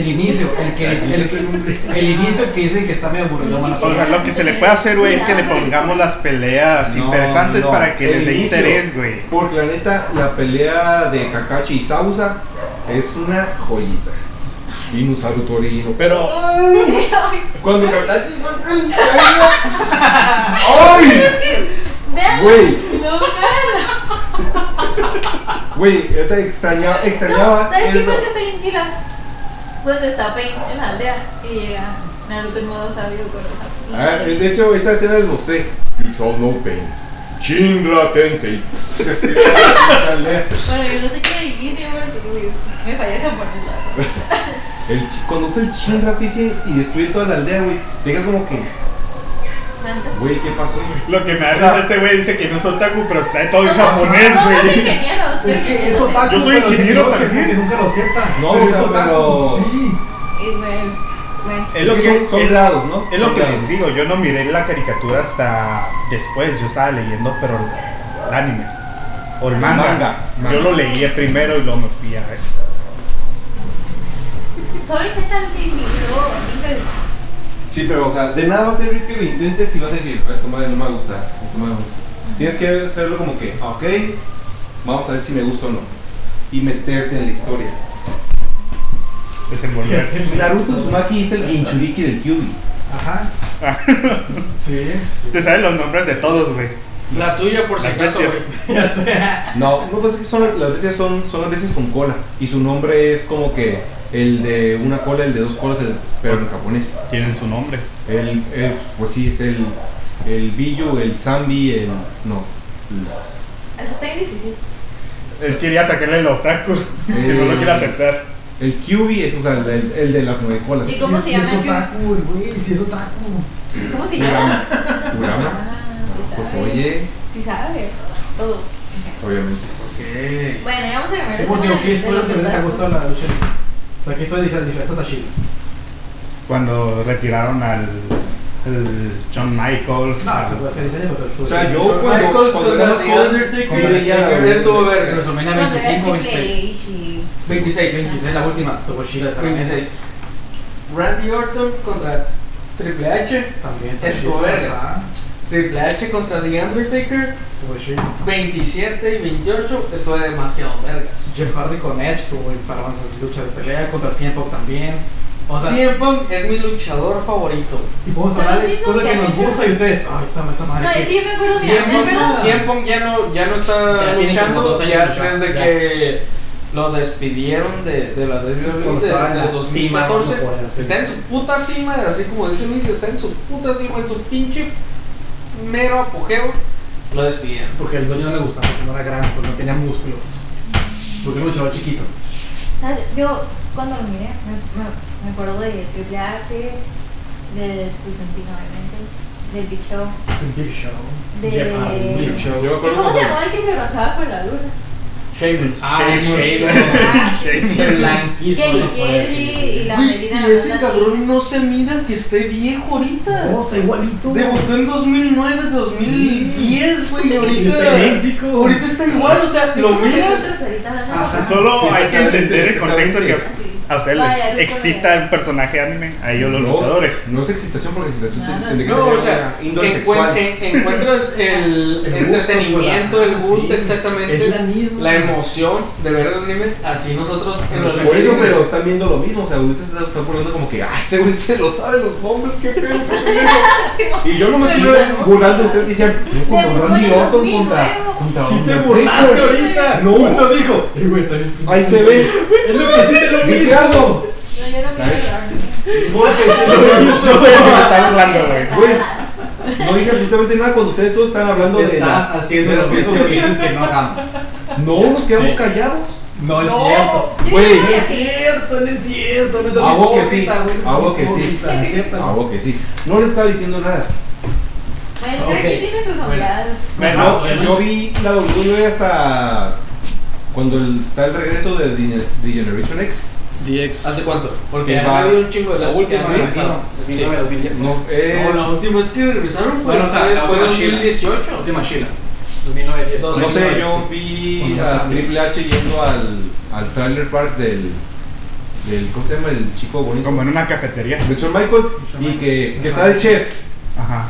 S2: El inicio, el que es, el, que- el inicio que dicen que está medio aburrido, van a
S5: O
S2: poner.
S5: sea, lo que se le puede hacer, güey, es que le pongamos las peleas
S3: No,
S5: interesantes
S3: no,
S5: para que
S3: el
S5: les dé
S3: inicio.
S5: interés, güey.
S3: porque la neta, la pelea de Kakashi y Sausa es una joyita. Y un saludo orino.
S5: Pero
S3: Cuando Kakashi saca el Kaiga. ¡Ay!
S4: Vean,
S3: Güey.
S4: no, vean.
S3: Güey, yo te extrañaba, extrañaba.
S4: No, ¿sabes qué
S3: eso.
S4: cuenta está bien chila? Cuando está Pain en la aldea y llega Naruto en modo sabio con los sapos.
S3: Ah, de hecho, esa escena les mostré. You shall no pain. Shinra Tensei.
S4: Bueno, yo no sé qué difícil porque uy, me falló el japonés. la verdad.
S3: el chi- cuando usa el Shinra Tensei y destruye toda la aldea, güey, te quedas como que,
S4: Mantas.
S3: güey, ¿qué pasó?
S5: lo que me hace de este güey dice que no son taku, pero sabe todo en japonés,
S4: Somos
S5: güey.
S4: ingenieros.
S2: Es que eso
S4: tal.
S2: otaku,
S5: Yo soy
S2: pero
S5: ingeniero
S2: que no sepa,
S5: también.
S2: Que nunca lo sepa.
S3: No, o sea,
S2: otaku,
S3: pero-
S2: Sí.
S4: Y bueno, bueno.
S5: Es lo que
S3: son, son
S5: es-
S3: grados, ¿no?
S5: Es lo
S3: Son
S5: que
S3: grados.
S5: les digo, yo no miré la caricatura hasta después, yo estaba leyendo, pero el anime o el manga.
S3: Manga, manga.
S5: Yo lo leía primero y luego me fui a eso.
S4: Solo intenta lo que intentó.
S3: Sí, pero, o sea, de nada va a servir que lo intentes y vas a decir, "Ah, esta madre no me va a gustar, esta madre no me gusta. Tienes que hacerlo como que, "Ah, ok, vamos a ver si me gusta o no. Y meterte en la historia.
S5: Desenvolverse.
S3: Naruto Uzumaki es el Jinchuriki del Kyubi.
S2: Ajá. Sí, sí.
S5: Te sabes los nombres de todos, güey.
S1: La tuya, por si
S5: Las
S1: acaso,
S5: bestias.
S1: güey.
S2: Ya sé.
S3: No, no pues es que son, las bestias son, son las bestias con cola. Y su nombre es como que el de una cola, el de dos colas, el- pero en japonés.
S5: Tienen su nombre.
S3: El, el- pues sí, es el, el Billo, el Zambi, el. No. las-
S4: Eso está bien difícil.
S5: Él quería sacarle los tacos y no lo quiere aceptar.
S3: el Kyubi es, o sea, el, el de las nueve colas.
S4: ¿Y cómo
S2: Sí,
S4: se
S2: sí,
S4: llama?
S2: Es otaku, el güey, si es otaku.
S4: ¿Cómo se llama?
S3: Kurama.
S4: Ah,
S3: Pues
S4: sí sabe.
S3: oye,
S4: Sí sabe. Todo.
S3: pues, obviamente.
S2: Ok.
S4: Bueno, ya vamos a ver.
S2: ¿Cómo te qué historia te te ha gustado la lucha? libre? O sea, ¿qué historia dije diferente está chida?
S5: Cuando retiraron al, al John Michaels.
S2: No,
S5: al-
S2: se puede hacer diferente, pero pues, tú-
S3: O sea, yo
S1: Shawn
S3: cuando,
S1: Michaels
S3: cuando
S1: contra
S3: era más
S1: The Undertaker.
S3: joven, sí, ya la-
S1: Estuvo verga.
S2: WrestleMania 25, 26.
S1: 26.
S2: 26, la última. Tuvo chida también.
S1: 26. Randy Orton contra Triple H.
S2: También.
S1: Estuvo
S2: también.
S1: vergas.
S2: Ajá,
S1: Triple H contra The Undertaker.
S2: Tuvo chida.
S1: 27 y 28. Estuvo demasiado vergas.
S2: Jeff Hardy con Edge tuvo para esas luchas de pelea. Contra Cien Punk también. O sea,
S1: CM Punk es mi luchador favorito.
S2: y podemos
S4: Son
S2: hablar de
S4: los mismos
S2: cosas que
S4: que
S2: nos
S4: hacen-
S2: gusta y ustedes. Ay, esa, esa madre.
S4: No, es que yo me acuerdo, mira,
S1: CM
S4: me
S1: Punk,
S4: acuerdo.
S1: CM Punk ya no, ya no está
S2: Ya tiene como dos
S1: luchando
S2: años
S1: ya
S2: luchando,
S1: desde
S2: ya.
S1: que lo despidieron de, de la WWE
S2: Cuando
S1: de,
S2: estaba en
S1: de
S2: la
S1: 2014.
S2: cima, no puede,
S1: está en
S2: sí.
S1: su puta cima, así como dice Luis, está en su puta cima, en su pinche mero apogeo. Lo despidieron.
S2: Porque el dueño no le gustaba, porque no era grande, porque no tenía músculo. Porque era un luchador chiquito.
S4: ¿Sabes? Yo cuando lo miré, me, me- me acuerdo de Triple H, del Bizantino, obviamente, del Big Show.
S2: El Big Show.
S4: De-
S2: Jeff Hardy.
S4: Yo
S2: Big
S3: Yo
S2: Show.
S3: me
S4: ¿Y
S3: acuerdo
S4: cómo se
S3: cuando-
S4: llamaba el que se basaba con la luna?
S1: Sheamus.
S2: Ah,
S4: Sheamus.
S5: Sheamus.
S2: Blanquísimo.
S4: Que
S2: se puede decir, sí.
S4: Kelly y la Medina.
S1: y ese
S4: Navas,
S1: cabrón no se mira que esté viejo ahorita.
S2: No, Oh, está igualito.
S1: Debutó en 2009, 2010, güey, y
S2: Y está idéntico.
S1: ahorita. Ahorita está igual, o sea,
S4: ¿Ves
S1: lo
S4: cómo
S1: miras.
S4: nosotros ahorita hablando
S2: Ajá.
S4: de-
S5: Solo
S3: Sí,
S5: hay que
S3: exactamente,
S5: entender el contexto que
S4: Así.
S5: a ustedes
S4: Vaya,
S5: les
S4: lujo
S5: excita el personaje anime, a ellos los
S3: No,
S5: luchadores.
S3: No es excitación porque excitación
S4: No,
S3: te-
S4: no,
S3: tendría que
S1: No, o
S3: tener
S1: sea,
S3: una índole
S1: encuent-
S3: sexual.
S1: en- encuentras el,
S2: El gusto,
S1: entretenimiento,
S2: pues,
S1: el
S2: ah,
S1: gusto,
S2: sí.
S1: exactamente.
S2: Es la misma.
S1: emoción de ver el anime, así nosotros en los
S3: Por eso,
S1: luchadores.
S3: pero están viendo lo mismo. O sea, ahorita se están poniendo como que, ah, ese güey se lo saben los hombres, qué pedo. qué pedo". Y yo no me estoy burlando de ustedes que decían, no,
S4: Debutó
S3: con
S4: en
S3: Randy
S4: el
S3: Orton
S4: 2009.
S3: contra. contra
S2: Si te
S3: Undertaker".
S2: burlaste ahorita.
S3: No.
S2: Justo dijo. Eh, güey, está bien.
S3: Ahí se ve.
S2: Es lo que sí se lo mismo.
S4: No, yo no miro el anime.
S2: Porque sí
S5: No
S2: lo mismo.
S5: sé de qué se están hablando, güey.
S3: Güey, no dije absolutamente nada cuando ustedes todos están hablando de
S2: Estás
S3: las.
S2: haciendo
S3: de las
S2: las cosas que
S3: menciones.
S2: dices que no hagamos.
S3: No, nos quedamos
S2: Sí.
S3: callados.
S2: No es
S1: No.
S2: cierto.
S4: Yo
S3: Güey,
S4: no
S2: No
S4: miro
S2: es
S4: así.
S2: cierto, no es cierto. No es así.
S3: Hago que sí,
S2: Hipócrita, güey, no es
S3: hago que sí.
S2: hipócrita, acéptalo.
S3: Ah, ok, sí. No le estaba diciendo nada.
S4: Bueno, cada quien
S1: Ok.
S4: tiene sus
S1: Bueno.
S4: oleadas.
S5: Bueno,
S3: No,
S2: bueno.
S3: yo vi la WWE hasta cuando el- está el regreso de The The Generation X.
S1: ¿Hace cuánto? Porque
S3: Sí,
S1: han
S3: va.
S1: habido un chingo de
S2: La
S1: las
S2: última,
S1: que han regresado.
S2: sí,
S1: Sí.
S3: No, eh,
S1: No, la última es que regresaron fue,
S2: Bueno, o sea,
S1: fue-
S2: la
S1: fue
S2: última Sheila.
S1: 2018.
S2: La última Sheila. 2009, 10.
S1: No
S3: no sé, yo vi
S2: Cuando
S3: a
S2: está
S3: Triple H yendo al, al trailer park del, del. ¿Cómo se llama? El chico bonito.
S5: Como en una cafetería.
S3: De Shawn Michaels.
S2: Shawn
S3: Y
S2: Michaels.
S3: que, que está el chef.
S5: Ajá.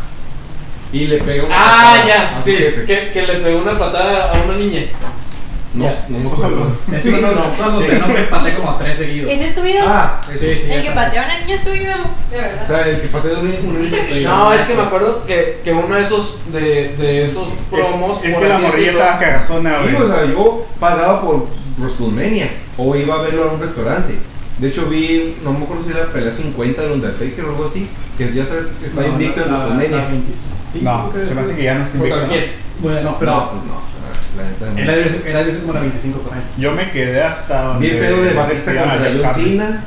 S3: Y le pega una.
S1: Ah,
S3: patada
S1: ya,
S3: a su
S1: sí,
S3: jefe.
S1: que, que le pegó una patada a una niña.
S3: No,
S1: Ya.
S3: no me acuerdo.
S2: Eso no, no, cuando se no me pateé como a tres seguidos.
S4: ¿Ese es tu este video?
S3: Ah, eso.
S2: Sí, sí.
S4: el que
S2: esa.
S4: pateó a una niña es tu video. De
S3: O
S4: verdad.
S3: sea, el que patea de un un niño. estoy-
S1: No, es que me acuerdo que, que uno de esos, de, de esos promos,
S5: Es, es
S1: por
S5: que la
S1: así
S5: morrilla
S1: decirlo,
S5: estaba cagazona,
S3: Sí,
S5: güey.
S3: o sea, yo pagaba por WrestleMania o iba a verlo a un restaurante. De hecho, vi, no me acuerdo si era la pelea 50 de Undertaker o algo así, que ya se- está
S2: No,
S3: invicto en
S2: la- la- la
S3: WrestleMania.
S2: 25
S5: No,
S2: creo
S5: se me
S2: es.
S5: hace que ya no está
S1: por
S5: invicto.
S1: cualquier-
S2: Bueno, no,
S3: No,
S2: pero
S3: pues no, la neta no.
S2: era de- era de como la 25 por ahí.
S5: Yo me quedé hasta donde.
S3: Vi el pedo de Batista
S5: investigaban a
S3: contra
S5: Jeff
S3: John
S5: Hardy.
S3: Cena.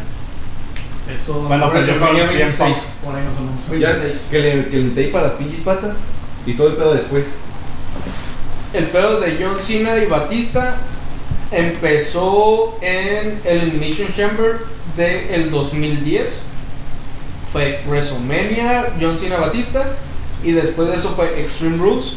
S2: Eso
S5: Cuando apareció con
S1: WrestleMania
S5: los 100
S1: 26.
S5: Punk.
S2: por ahí más o menos.
S3: Ya es que le, que le teipa las pinches patas y todo el pedo después.
S1: El pedo de John Cena y Batista empezó en el Elimination Chamber del 2010. Fue WrestleMania, John Cena Batista. Y después de eso fue Extreme Rules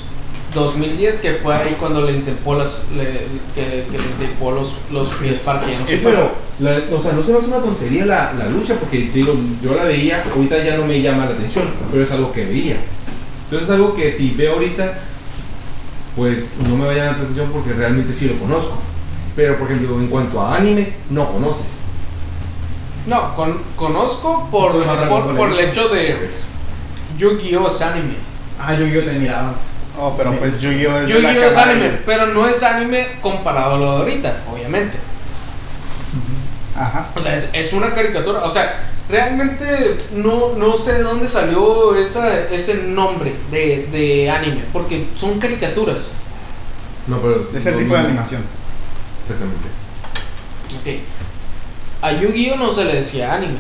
S1: 2010, que fue ahí cuando le intentó las, le- que, que le intentó los, los pies partiendo.
S5: Eso-
S3: pero, la- o sea, no se me hace una tontería la, la lucha, porque te digo, yo la veía, ahorita ya no me llama la atención, pero es algo que veía. Entonces es algo que si veo ahorita, pues no me va a llamar la atención porque realmente sí lo conozco. Pero por ejemplo, en cuanto a anime, no conoces.
S1: No, con- conozco por,
S2: Eso es más raro,
S1: por,
S2: ¿no?
S1: por el hecho de
S3: Pues,
S1: Yu-Gi-Oh! es anime.
S2: Ah, yo yo le miraba.
S5: Oh, pero pues Yu-Gi-Oh! es de la
S1: Yu-Gi-Oh! es
S5: camada
S1: anime,
S5: de-
S1: pero no es anime comparado a lo de ahorita, obviamente.
S5: Ajá.
S1: O sea, es, es una caricatura. O sea, realmente no, no sé de dónde salió esa, ese nombre de, de anime. Porque son caricaturas.
S3: No, pero.
S5: Es el
S3: no,
S5: tipo de
S3: no,
S5: animación.
S3: Exactamente.
S1: Ok. A Yu-Gi-Oh! no se le decía anime.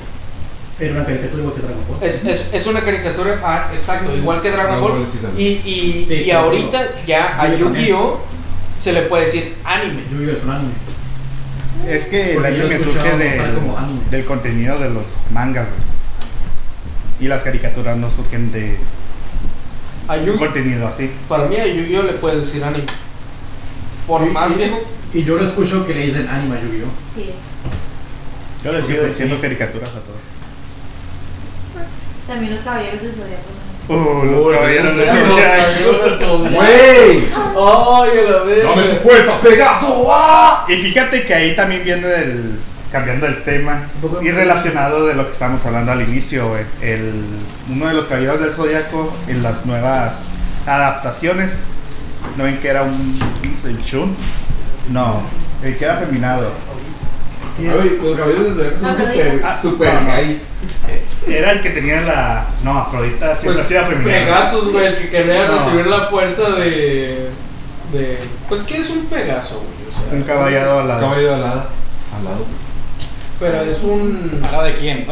S2: Era una caricatura igual que Dragon Ball.
S1: Es, es, es una caricatura, ah, exacto, igual que Dragon
S3: Dragon
S1: Ball.
S3: Ball sí salió.
S1: Y, y,
S2: Sí,
S1: y
S2: sí,
S1: ahorita ya a
S2: Yu-Gi-Oh!
S1: Yu-Gi-Oh! se le puede decir anime.
S2: Yu-Gi-Oh es un anime.
S5: Es que el
S2: Porque yo
S5: anime
S2: escuchaba
S5: surge de-
S2: contar como anime.
S5: del contenido de los mangas, güey. Y las caricaturas no surgen de
S1: A
S5: un
S1: Yu-
S5: contenido así.
S1: para mí a Yu-Gi-Oh! le puedes decir anime. Por
S2: Y-
S1: más
S2: y-
S1: viejo.
S2: Y yo lo escucho que le dicen anime a Yu-Gi-Oh.
S4: Sí, es.
S5: Yo les
S2: Porque
S5: sigo
S2: pues
S5: diciendo
S2: sí.
S5: caricaturas a todos.
S4: También los caballeros del zodiaco son-
S5: Uh,
S3: los caballeros del Zodiaco.
S1: ¡Wey! ¡Ay, a la verga!
S3: ¡Dame tu fuerza, Pegaso! ¡Ah!
S5: Y fíjate que ahí también viene el cambiando el tema y relacionado de lo que estábamos hablando al inicio, güey, el, uno de los caballeros del zodiaco en las nuevas adaptaciones, ¿no ven que era un. el Chun? No, el que era feminado.
S3: Ay, los caballeros del zodiaco son
S4: No, no
S3: super,
S5: digas.
S3: super
S5: Ah, no, no.
S3: gays.
S5: Era el que tenía la. No, Afrodita siempre
S1: Pues,
S5: hacía feminado.
S1: Pegasus, güey, el que quería
S5: No.
S1: recibir la fuerza de. de. Pues ¿qué es un Pegaso, güey? O sea,
S5: Un caballero al lado.
S3: Caballo alada. Alado.
S1: pero es un.
S2: ¿Al lado de quién?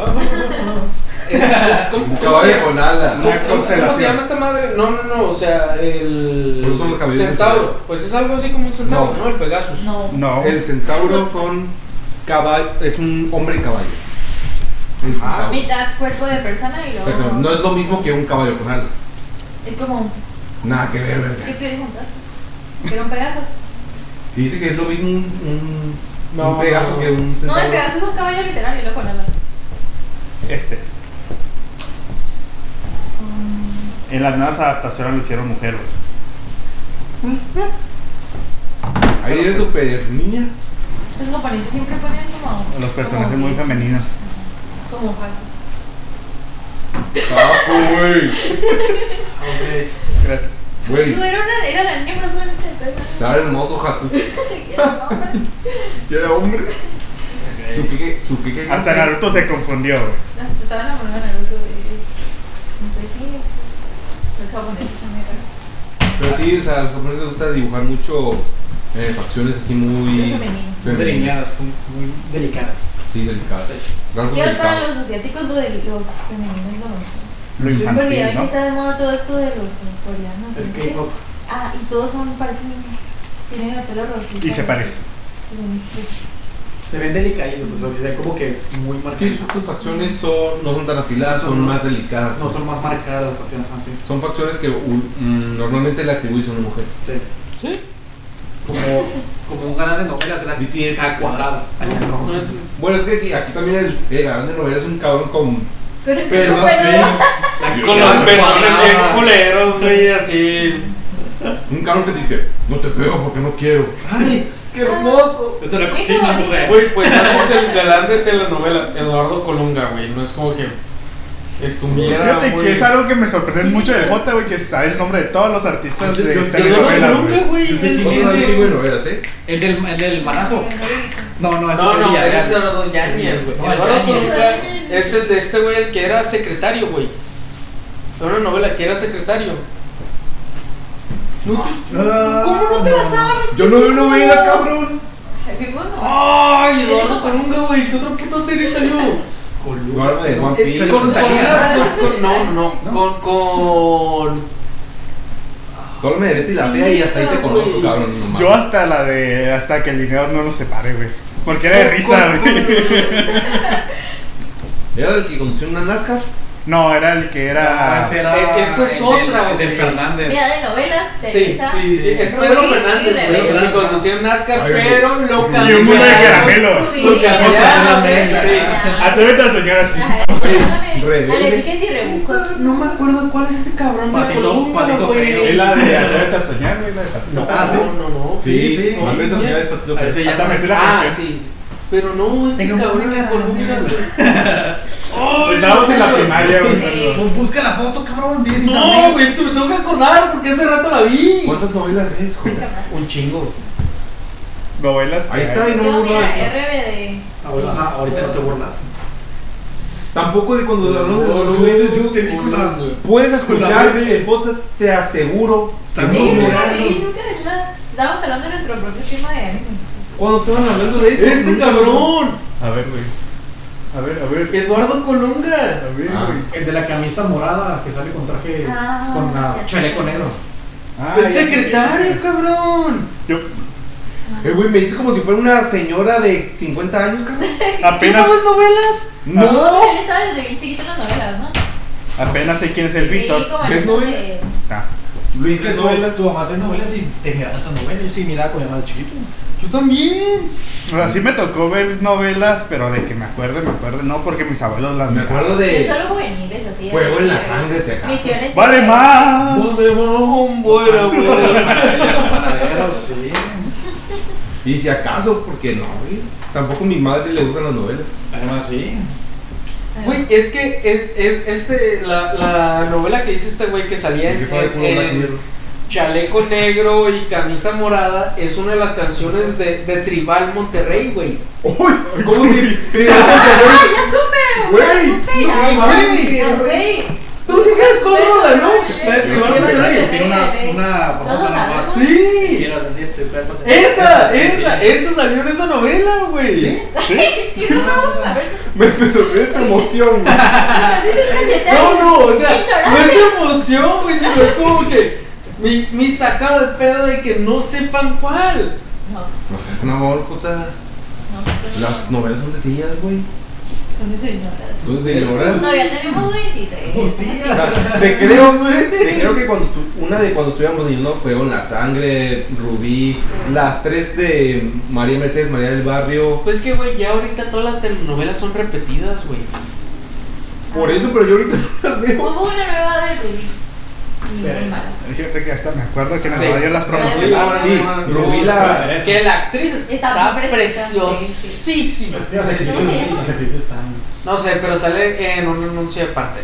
S1: ¿Cómo,
S3: Un
S1: cómo se
S3: caballo
S1: llama?
S3: con alas.
S1: ¿Cómo-
S5: Una
S1: cómo se
S5: constelación.
S1: llama esta madre? No, no, no, o sea, el.
S3: Pues son los caballeros
S1: Centauro.
S3: del-
S1: Pues es algo así como un centauro, ¿no? El Pegasus.
S3: Pues,
S4: No.
S5: No,
S3: El centauro son caballo, es un hombre caballo. El
S1: Ah.
S3: centauro.
S4: Mitad cuerpo de persona y
S3: Exacto,
S4: luego.
S3: No es lo mismo que un caballo con alas.
S4: Es como un.
S3: Nada que ver, verga.
S4: ¿Qué quieres juntar? Era un pegaso.
S3: Y dice que es lo mismo un, un,
S1: No,
S3: un pegaso
S1: no, no.
S3: que un
S4: No,
S3: centauro.
S4: el pegaso es un caballo literal y luego con alas.
S5: este.
S4: Mm,
S5: En las nuevas adaptaciones lo hicieron mujer, güey.
S3: Ahí eres super niña.
S4: Los japoneses siempre ponen como.
S5: Los personajes
S4: como-
S5: muy femeninos.
S4: Como Haku.
S3: Capo, güey.
S2: Ok.
S3: Güey,
S4: No, era, una, era la niña más bonita del pueblo.
S3: estaba hermoso, jato.
S4: Era un hombre.
S3: Yo era hombre. Su que, su que, que-
S5: Hasta Naruto se confundió, güey.
S4: Hasta estaba enamorada de Naruto de. Pues sí. Los japoneses son muy raros.
S3: Pero sí, o sea, a los japoneses les gusta dibujar mucho eh, facciones así muy
S4: Femenino.
S2: Muy delineadas, muy, muy delicadas.
S3: Sí, delicadas. Rasgos
S4: Sí, para
S3: delicados.
S4: los asiáticos lo de los femeninos lo mejor.
S5: Lo
S4: Siempre
S5: infantil,
S4: olvidan que
S5: ¿no?
S4: está de moda todo esto de los eh, coreanos.
S2: El
S4: ¿no?
S2: K-pop.
S4: Ah, y todos son, parecen niños. Tienen el pelo rosito.
S5: Y se parece.
S4: Sí,
S2: Se ven delicaditos, pues lo que sea, como que muy
S3: Sí,
S2: marcados.
S3: sus, sus facciones son, no son tan afiladas, son
S2: Son-
S3: más delicadas.
S2: No son más marcadas las facciones, ah, sí.
S3: Son facciones que u- mm, normalmente le atribuís a una mujer.
S2: Sí.
S1: Sí.
S2: Como, como un galán de novelas de la
S3: BTS.
S2: a cuadrada. Allá no.
S3: Bueno, es que aquí, aquí también el, el galán de novela es un cabrón con
S4: Pero el
S3: pelo así.
S1: Con los pezones bien culeros, güey, así.
S3: Un cabrón que te dice, no te pego porque no quiero. ¡Ay, qué
S4: hermoso!
S2: Yo te lo
S4: Sí,
S2: cocino,
S4: bonito.
S2: mujer.
S1: Güey, pues es el galán de telenovela, Eduardo Colunga, güey. No es como que estuviera.
S5: Fíjate
S1: muy-
S5: que es algo que me sorprende mucho de Jota, güey, que sabe el nombre de todos los artistas
S2: Yo-
S5: de
S2: yo- yo
S1: Eduardo
S5: telenovelas,
S1: Colunga,
S5: güey.
S1: güey.
S2: Yo sé
S1: es el
S2: quién
S1: que
S3: Otro
S1: dice-
S3: gran chingo de novelas, ¿eh?
S2: El del, el del manazo. No, no,
S1: No, no,
S2: Villarreal.
S1: ese es Eduardo Yáñez, güey.
S2: No,
S1: Eduardo
S2: Yáñez.
S1: Colunga es el de este güey, el que era secretario, güey. Era una novela que era secretario. Ah.
S3: ¿Cómo no te la sabes? Yo no veo novelas, cabrón.
S4: Vimos nomás.
S1: ¡Ay, Eduardo Colunga, güey! ¿Qué otra puta serie salió?
S2: Colunga.
S3: No, habla de One
S2: Eh,
S3: Piece.
S2: salió
S1: Con, con,
S2: Tania.
S1: una- con- con- no, no, con, con,
S3: Tú háblame de Betty la fea y hasta ahí te conozco, cabrón. No mames.
S5: Yo hasta la de. hasta que el dinero no nos separe, güey. Porque era de
S1: con-
S5: Eh, risa,
S1: con-
S5: güey.
S3: ¿Era el que conducía una NASCAR?
S5: No, era el que era.
S2: Ah, ese era
S1: Eh, esa es
S2: el
S1: otra,
S2: del-
S1: güey.
S2: del Fernández.
S4: Mira, de novelas, de
S1: Sí,
S4: esa.
S1: sí, sí, es
S4: Sí.
S1: Pedro
S4: Sí,
S1: Fernández,
S4: sí,
S1: güey,
S2: sí.
S1: que conducía un NASCAR,
S3: Ay, güey.
S1: pero lo
S5: Y un mundo de
S1: cambiaron.
S5: caramelo.
S2: Porque así se llama la
S1: América, sí.
S4: Ah.
S5: Atrévete a soñar así.
S3: Rebelde.
S4: Alebrijes y rebucos.
S1: No me acuerdo cuál es este cabrón. de
S2: Patito-
S1: Colunga,
S2: Patito
S1: güey.
S2: Feo.
S5: Es la de Atrévete a soñar, güey, la de Patito.
S1: No,
S2: Ah, ¿sí?
S1: no, no,
S3: sí. Más Betty la fea es Patito Feo.
S2: Ese ya
S5: Hasta me sé la
S1: Ah,
S5: canción.
S1: sí. Pero no, este
S2: Tengo
S1: cabrón
S2: una
S1: de
S2: cara
S1: Colunga,
S2: de
S1: güey. Ay,
S5: Estábamos en la
S1: güey.
S5: primaria, güey.
S4: Sí.
S2: Pues busca la foto, cabrón. Tienes
S1: No, güey, es que me tengo que acordar porque hace rato la vi.
S3: ¿Cuántas novelas ves, güey?
S1: Un chingo.
S5: Novelas.
S3: Ahí está, y no me
S4: Yo,
S3: burlo de
S4: mira,
S3: esto.
S4: RBD.
S2: Ahora, ajá, ahorita no te burlas.
S3: Tampoco de cuando hablamos de
S2: No,
S3: los
S2: yo-
S3: novelas.
S2: yo te vi con la-
S3: Puedes escuchar
S2: Con la-
S3: el podcast, te aseguro.
S2: Está
S3: que
S4: Sí,
S3: no
S2: bien,
S3: burlas.
S4: nunca
S2: burlando.
S4: vi, nunca vi nada. Estábamos hablando de nuestro propio tema de anime.
S3: Cuando estaban hablando de esto.
S1: Este
S3: nunca-
S1: cabrón,
S5: A ver, güey. A ver, a ver.
S1: Eduardo Colunga.
S5: A ver,
S3: Ah.
S5: güey.
S2: El de la camisa morada que sale con traje.
S4: Ah,
S2: con ah,
S4: ya sé.
S2: chaleco negro.
S5: Ah,
S1: El
S5: ya sé
S1: secretario,
S5: quién
S1: cabrón.
S5: es. Yo
S3: Eh, güey, me dices como si fuera una señora de 50 años, cabrón.
S1: ¿Qué no
S5: apenas,
S1: ves novelas?
S4: No, él estaba desde bien chiquito en las novelas, ¿no?
S5: apenas sé quién es el
S4: Sí,
S5: Víctor.
S4: como en
S3: ¿Ves
S4: esas
S3: novelas?
S4: de-
S5: Ah.
S3: Luis,
S2: que
S3: ¿qué
S2: tu,
S3: novelas?
S2: tu mamá ve novelas y te miraba estas novelas. Yo sí miraba con mi mamá de chiquito.
S1: Yo también.
S5: O sea, sí me tocó ver novelas, pero de que me acuerde, me acuerde, no, porque mis abuelos las
S3: Me acuerdo
S4: Yo
S3: de
S4: solo juveniles, así. de-
S3: Fuego en la sangre, si acaso.
S4: Misiones.
S5: ¡Vale
S4: de-
S5: más!
S1: No sé, bueno, buena, güey.
S2: Panaderos, sí.
S3: Y si acaso, porque no, güey, tampoco a mi madre le gustan las novelas.
S2: Además, sí.
S1: Güey, es que es, es- este, la, la novela que dice este güey que salía en,
S3: Porque
S4: eh,
S3: fue
S1: en-
S3: de puro Black
S1: en
S3: Mirror.
S1: Chaleco Negro y Camisa Morada es una de las canciones de, de Tribal Monterrey, güey.
S3: ¡Uy! ¿Cómo te- te-
S4: ¡Ah, ya supe!
S3: Güey,
S4: ¡Ya supe!
S3: no
S4: ya.
S3: mames.
S4: Ah, güey.
S1: Tú sí sabes cómo la no. La de
S4: Sí,
S1: Tribal
S4: sí,
S1: Monterrey.
S4: sí.
S2: Tiene una, una famosa
S4: Todos
S2: nomás.
S4: sabemos.
S2: Que
S1: Sí.
S2: Quiero sentir tu cuerpo. sentir-
S1: Esa,
S2: Sí,
S1: esa,
S2: sí.
S1: esa salió en esa novela, güey.
S4: Y no vamos a ver.
S3: Me, me sorprende tu emoción, güey.
S4: Canciones cacheteadas.
S1: No, no, o sea, no
S4: Ignorantes.
S1: es emoción, güey, sino es como que mi, mi sacado de pedo de que no sepan cuál.
S4: No,
S3: No seas mamón, puta.
S4: no,
S3: Las novelas son de tías, güey.
S4: Son de señoras.
S3: Son señoras.
S4: No, ya tenemos 23.
S2: Tus tías.
S3: Te creo, güey. Te creo que cuando estu- una de cuando estuviéramos niños, no, fue con la sangre, Rubí, las tres de María Mercedes, María del Barrio.
S1: Pues que, güey, ya ahorita todas las telenovelas son repetidas, güey.
S3: Por eso, pero yo ahorita no las veo.
S4: Hubo una nueva de Rubí. Muy mala.
S5: Fíjate que hasta me acuerdo que en la
S1: Sí.
S5: radio las
S1: Ah,
S5: promocionaban.
S1: sí.
S3: Rubí la.
S1: Que la actriz
S4: Está
S1: está
S4: muy preciosa,
S1: preciosísima.
S2: Las tías aquí son-
S4: Sí.
S2: las actrices están.
S1: No sé, pero sale en un anuncio aparte.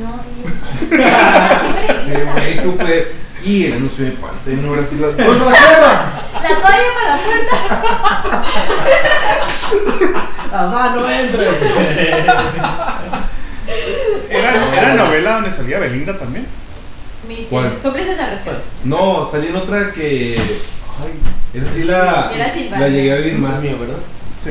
S4: No, sí. Siempre
S3: Sí,
S4: existe.
S3: güey, súper. Y era no soy de parte, no era así las. ¡No se la cama!
S4: La toalla para la puerta.
S2: ¡Mamá, no entres!
S5: Era, era novela donde salía Belinda también.
S4: Me dice,
S3: ¿Cuál?
S4: cómplices al respeto.
S3: No, salió en otra que. Ay, esa sí la.
S4: Era Silvana.
S3: La llegué a vivir más.
S1: ¿verdad?
S5: Sí.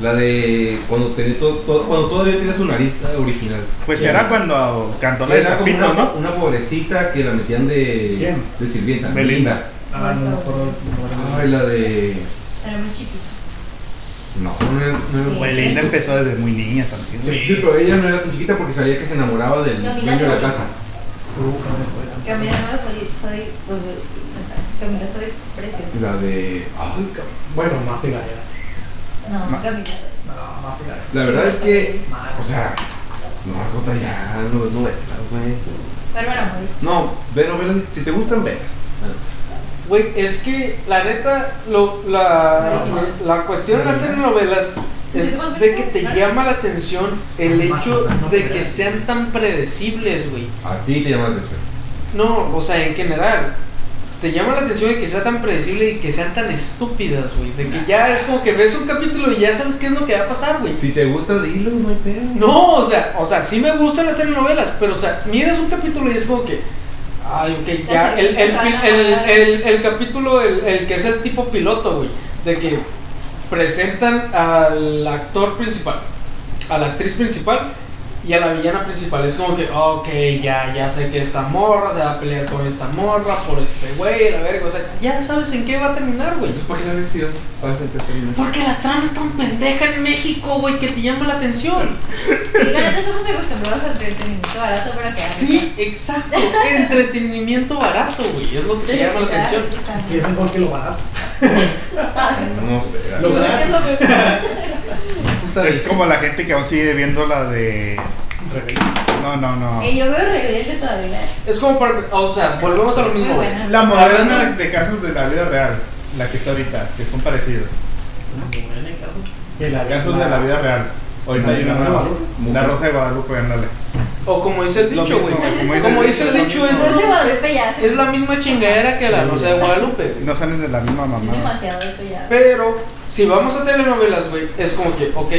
S3: La de cuando, tenía to- to- cuando todavía tenía su nariz eh, original.
S5: Pues
S3: Ya.
S5: era cuando cantó la de
S3: Era como
S5: Zapito,
S3: una,
S5: ¿no?
S3: una pobrecita que la metían de,
S2: ¿Quién?
S3: de sirvienta.
S5: Belinda.
S2: Ah, no me acuerdo.
S3: Ay, la de.
S4: Era muy chiquita.
S3: No, no era. no era-
S4: Sí.
S5: Belinda empezó desde muy niña también.
S3: Sí, sí, pero ella no era tan chiquita porque sabía que se enamoraba del
S4: No,
S3: dueño de la
S4: Solís.
S3: casa.
S4: Camila Nueva soy, soy, pues, Camila soy preciosa.
S3: La de. Ay, cabrón.
S2: Bueno, más pegadera.
S4: No,
S5: Ma-
S4: Camila.
S2: No, más pegadera.
S3: la verdad es que.
S2: Más.
S3: O sea, no más gota ya, no no novelas, güey.
S4: Bárbara Mori.
S3: No, ve novelas, si te gustan, velas.
S1: Güey, es que la neta, lo, la, la cuestión de las telenovelas es de que te llama la atención el hecho de que sean tan predecibles, güey.
S3: A ti te llama la atención.
S1: No, o sea, en general. Te llama la atención de que sea tan predecible y que sean tan estúpidas, güey. De que ya es como que ves un capítulo y ya sabes qué es lo que va a pasar, güey.
S3: Si te gusta, dilo, no hay pedo.
S1: No, o sea, o sea, sí me gustan las telenovelas, pero o sea, miras un capítulo y es como que. Ay, ok, ya. El, el, el, el- el- el capítulo, el, el que es el tipo piloto, güey. De que presentan al actor principal, a la actriz principal y a la villana principal. Es como que, ok, ya, ya sé que esta morra se va a pelear con esta morra, por este güey, la verga. O sea, ya sabes en qué va a terminar, güey.
S3: Entonces, ¿para qué sabes si ya sabes el término?
S1: Porque la trama es tan pendeja en México, güey, que te llama la atención.
S4: Y la neta estamos acostumbrados al entretenimiento barato para que
S1: Sí, exacto. Entretenimiento barato, güey. Es lo que te llama la atención.
S2: Y es mejor que lo barato.
S3: No sé. la
S2: Lo
S3: verdad,
S2: barato.
S3: gusta
S5: Es como la gente que aún sigue viendo la de.
S2: Rebelde.
S5: No, no, no.
S4: Eh, yo veo rebelde todavía.
S1: Es como para. O sea, volvemos a lo
S4: Muy
S1: mismo. güey.
S4: buena.
S5: La moderna de casos de la vida real, la que está ahorita, que son parecidos.
S2: ¿Cómo se mueren en caso? Que la-
S5: Casos de la vida real. Ahorita hay una nueva. La Rosa de Guadalupe, ándale.
S1: O como dice el
S5: Lo
S1: dicho, güey.
S5: mismo, güey,
S1: Como dice
S5: dice
S1: el dicho, es,
S4: Pero ese Guadalupe ya
S1: es la misma chingadera que la Rosa de Guadalupe, güey.
S5: No salen de la misma
S4: Es
S5: mamá.
S4: demasiado eso ya.
S1: Pero, si vamos a telenovelas, güey, es como que, ok.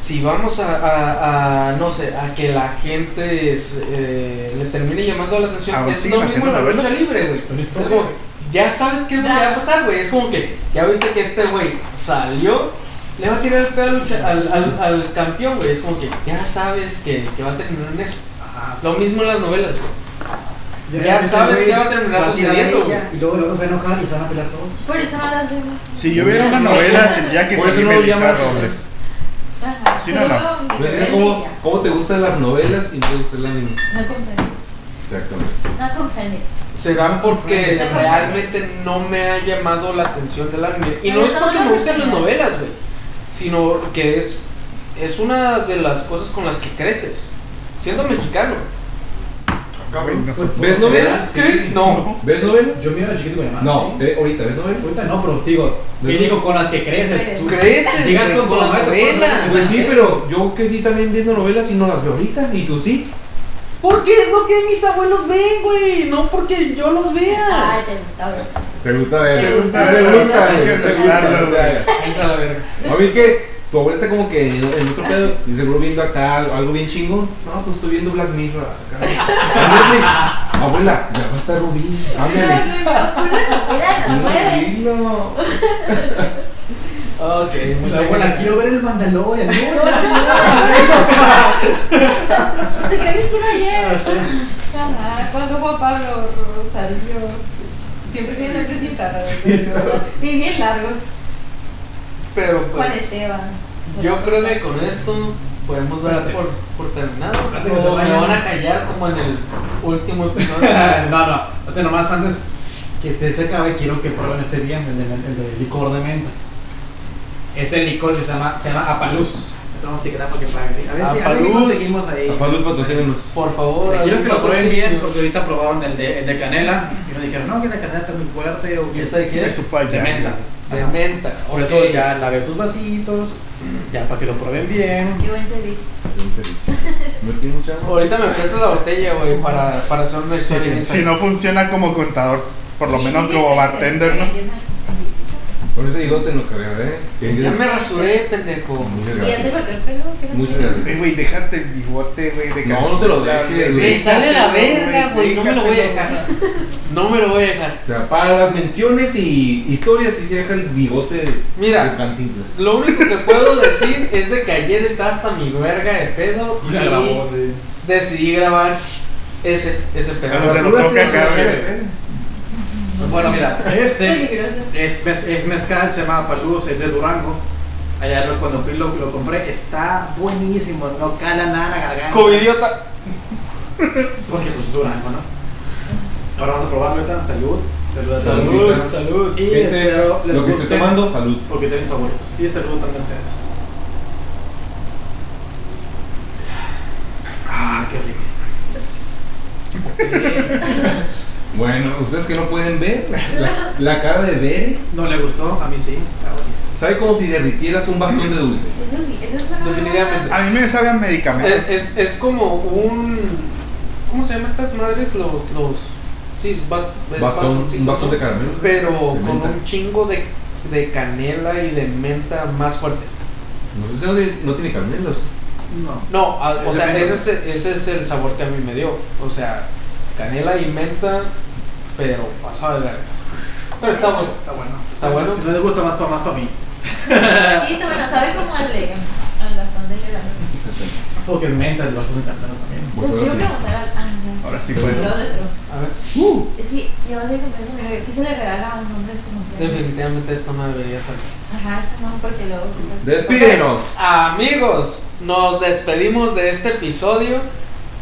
S1: Si vamos a, a- a, no sé, a que la gente es, eh, le termine llamando la atención,
S5: Ah,
S1: es
S5: sí,
S1: lo
S5: las
S1: mismo en la lucha
S5: telenovelas.
S1: libre, güey.
S2: Son
S1: Es como,
S2: historias.
S1: ya sabes qué es lo que va a pasar, güey. Es como que, ya viste que este güey salió, le va a tirar el pedo al, lucha- al, al- al campeón, güey. Es como que, ya sabes que, que va a terminar en eso.
S2: Ajá.
S1: Lo mismo en las novelas, güey. Ya
S2: ese
S1: sabes
S2: güey
S1: qué va a terminar
S2: se tirar
S1: sucediendo,
S2: ella, Y luego los otros se van a enojar y se van a pelear todos.
S4: Por eso no las vemos.
S5: Si yo viera una novela, tendría que
S3: Por eso
S5: ser
S3: no lo llaman
S5: Robles.
S4: Ajá.
S5: Sí, no, no.
S4: Solo
S3: ¿Ves
S4: rebelde y
S3: cómo,
S4: ya.
S3: cómo te gustan las novelas y no te gustan las anime?
S4: No comprende.
S3: Exactamente.
S4: No comprende.
S1: Será porque realmente no me ha llamado la atención del anime. Y no es porque me gusten las novelas, güey. Sino que es, es una de las cosas con las que creces. Siendo mexicano.
S5: cabrón.
S2: Pues,
S3: Ah, ¿Ves
S2: pues,
S3: novelas?
S2: sí.
S1: ¿Crees? No.
S3: ¿Ves novelas?
S2: Yo miro a chiquito con mi hermano.
S3: No,
S2: Ah, sí.
S3: eh, ahorita, ¿ves novelas?
S2: Ahorita no, pero digo, yo
S3: ¿Ves?
S2: digo con las que creces. Tú
S1: Creces
S2: Llegas
S1: güey,
S2: con ¿eh? tu
S1: con
S2: mamá y
S1: las
S2: te pones a
S1: novelas.
S2: ver-
S3: Pues sí, pero yo que sí también viendo novelas y no las veo ahorita, y tú sí.
S1: Porque es lo que mis abuelos ven, güey. No porque yo los
S4: Ay,
S1: vea.
S4: te gusta, bro.
S3: Te gusta ver.
S4: Te gusta
S3: Te
S4: ver,
S3: gusta
S4: hay
S3: ver.
S4: que
S3: Te gusta
S5: aceptarlo,
S3: ver.
S1: Esa es la verga.
S3: A mí que tu abuela está como que en, en otro pedo y seguro viendo acá algo, algo bien chingón. No, pues estoy viendo Black Mirror acá. En Netflix. Abuela, ya va a estar Rubí. Ándale.
S4: Era nueve.
S3: Tranquilo.
S1: Ok, muy
S2: La abuela, quiero ver el Mandalorian. No,
S4: Se quedó bien chido ayer. Ajá, cuando Juan Pablo salió. Siempre tiene nombres bien raros. Y bien largos.
S1: Pero
S4: Juan
S1: pues,
S4: Esteban.
S1: yo creo que con esto podemos dar
S2: Espérate.
S1: por, por terminado.
S2: Espérate que se
S1: O me
S2: vayan.
S1: van a callar como en el último episodio.
S2: no, no. Fíjate nomás antes que se, se acabe, quiero que prueben este bien, el de, el de licor de menta. Es el licor que se llama, se llama Apaluz. Vamos a etiquetar para que paguen. sí. A ver si a ver qué
S1: Apaluz.
S2: conseguimos ahí. Oh,
S3: Papaluz, patrocínanos.
S1: Por favor.
S2: Quiero que lo
S1: algún
S2: prueben bien
S1: patrocinio.
S2: porque ahorita probaron el de, el de canela y nos dijeron, no, que la canela está muy fuerte o
S1: ¿Y
S2: que
S1: esta de qué
S5: De
S1: es?
S5: su paya.
S2: de menta.
S1: De
S2: Ajá.
S1: menta.
S2: Por
S1: ok.
S2: eso ya lavé sus vasitos, ya para que lo prueben bien.
S4: Qué buen servicio.
S3: ¿No tiene mucha agua?
S1: Ahorita me prestas la botella, güey, para, para hacer una historia. en
S5: Si
S1: Instagram.
S5: no funciona como contador, por lo
S4: Y
S5: menos
S4: sí,
S5: como
S4: sí,
S5: bartender, ¿no?
S3: Por ese bigote no creo, ¿eh? Que- Oh,
S1: Ya me rasuré, pendejo.
S3: Muchas
S4: Y hace
S3: gracias.
S4: cortó el pelo. ¿qué no
S3: Muchas
S4: sé?
S3: gracias.
S5: Sí, Este, güey, déjate el bigote, güey. de
S3: No,
S5: cara-
S3: no te lo dejes, güey.
S1: Me sale la verga, güey. No
S5: Déjatelo,
S1: me lo voy a dejar. No me lo voy a dejar.
S3: O sea, para las menciones y historias sí se deja el bigote de-
S1: Mira.
S3: de Cantinflas.
S1: Lo único que puedo decir es de que ayer estaba hasta mi verga de pedo y
S2: sí.
S1: decidí grabar ese, ese pedo.
S5: Ah, se lo
S3: Rasúrate,
S5: toca acá,
S3: rasúrate.
S2: Bueno, mira,
S4: Qué
S2: este
S4: peligroso.
S2: es, mez- es mezcal, se llama Paluz, es de Durango. Allá lo- cuando fui lo, lo compré, está buenísimo, no cala nada en la garganta.
S1: Covidiota.
S2: Porque pues Durango, ¿no? Ahora vamos a probarlo ahorita, salud. Salud a todos.
S3: Salud.
S1: Salud, salud.
S2: Y
S3: Gente,
S2: espero les
S3: lo que
S2: guste
S3: estoy tomando, salud.
S2: porque tienen favoritos. Y salud también a ustedes. Ah, qué rico.
S3: Bueno, ustedes que no pueden ver, la, la cara de Bere
S2: No le gustó, a mí sí, está buenísimo.
S3: sabe como si derritieras un bastón de dulces.
S4: Eso sí, eso es una.
S1: Definitivamente.
S5: A mí me saben medicamentos.
S1: Es, es, es como un. ¿Cómo se llaman estas madres? Los. los sí, ba-
S2: Pues,
S1: es
S3: Bastón,
S1: bastoncito,
S3: un bastón de
S1: ¿no?
S3: caramelo.
S1: Pero
S3: De
S1: con
S3: menta.
S1: un chingo de, de canela y de menta más fuerte.
S3: No sé si no tiene, no tiene caramelo. o sea.
S2: No.
S1: No, a- o
S2: Es de
S1: sea,
S2: menta.
S1: ese es, ese es el sabor que a mí me dio. O sea, canela y menta, pero pasado de vergas. Pero está bueno.
S2: Está bueno.
S1: Está bueno.
S2: Si no les gusta más para más para mí.
S4: Sí, está bueno, sabe como al de. Al bastón de Gerardo.
S2: Porque me menta el bastón de cantando también.
S3: Pues
S4: Pues quiero
S3: ahora sí.
S4: preguntar al Angas.
S5: Ahora sí, pues.
S4: Lo otro.
S1: A ver,
S4: Es que yo le compré a mi novio. ¿Qué se le regala a un hombre en su cumpleaños?
S1: definitivamente esto no debería salir.
S4: Ajá, eso no, porque luego.
S3: Despídenos.
S1: Amigos, nos despedimos de este episodio.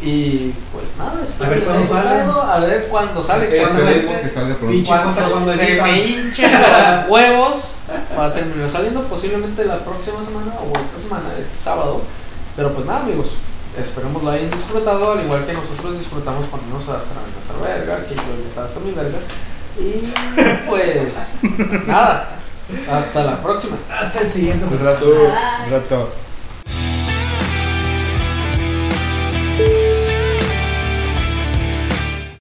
S1: Y pues nada, espero
S2: A ver
S1: les
S2: cuándo
S1: haya
S2: sale.
S1: gustado, A ver cuándo sale
S3: Esperemos
S1: exactamente.
S3: que salga
S2: Pinche
S3: pronto.
S1: Cuando,
S2: Cuando
S1: se
S2: llega.
S1: me hinchen los huevos para terminar saliendo posiblemente la próxima semana o esta semana, este sábado. Pero pues nada, amigos, esperemos lo hayan disfrutado, al igual que nosotros disfrutamos ponernos hasta nuestra verga, que yo ya estaba hasta mi verga. Y pues nada, hasta la próxima.
S2: Hasta el siguiente.
S3: Un Pues, rato.
S5: Un rato.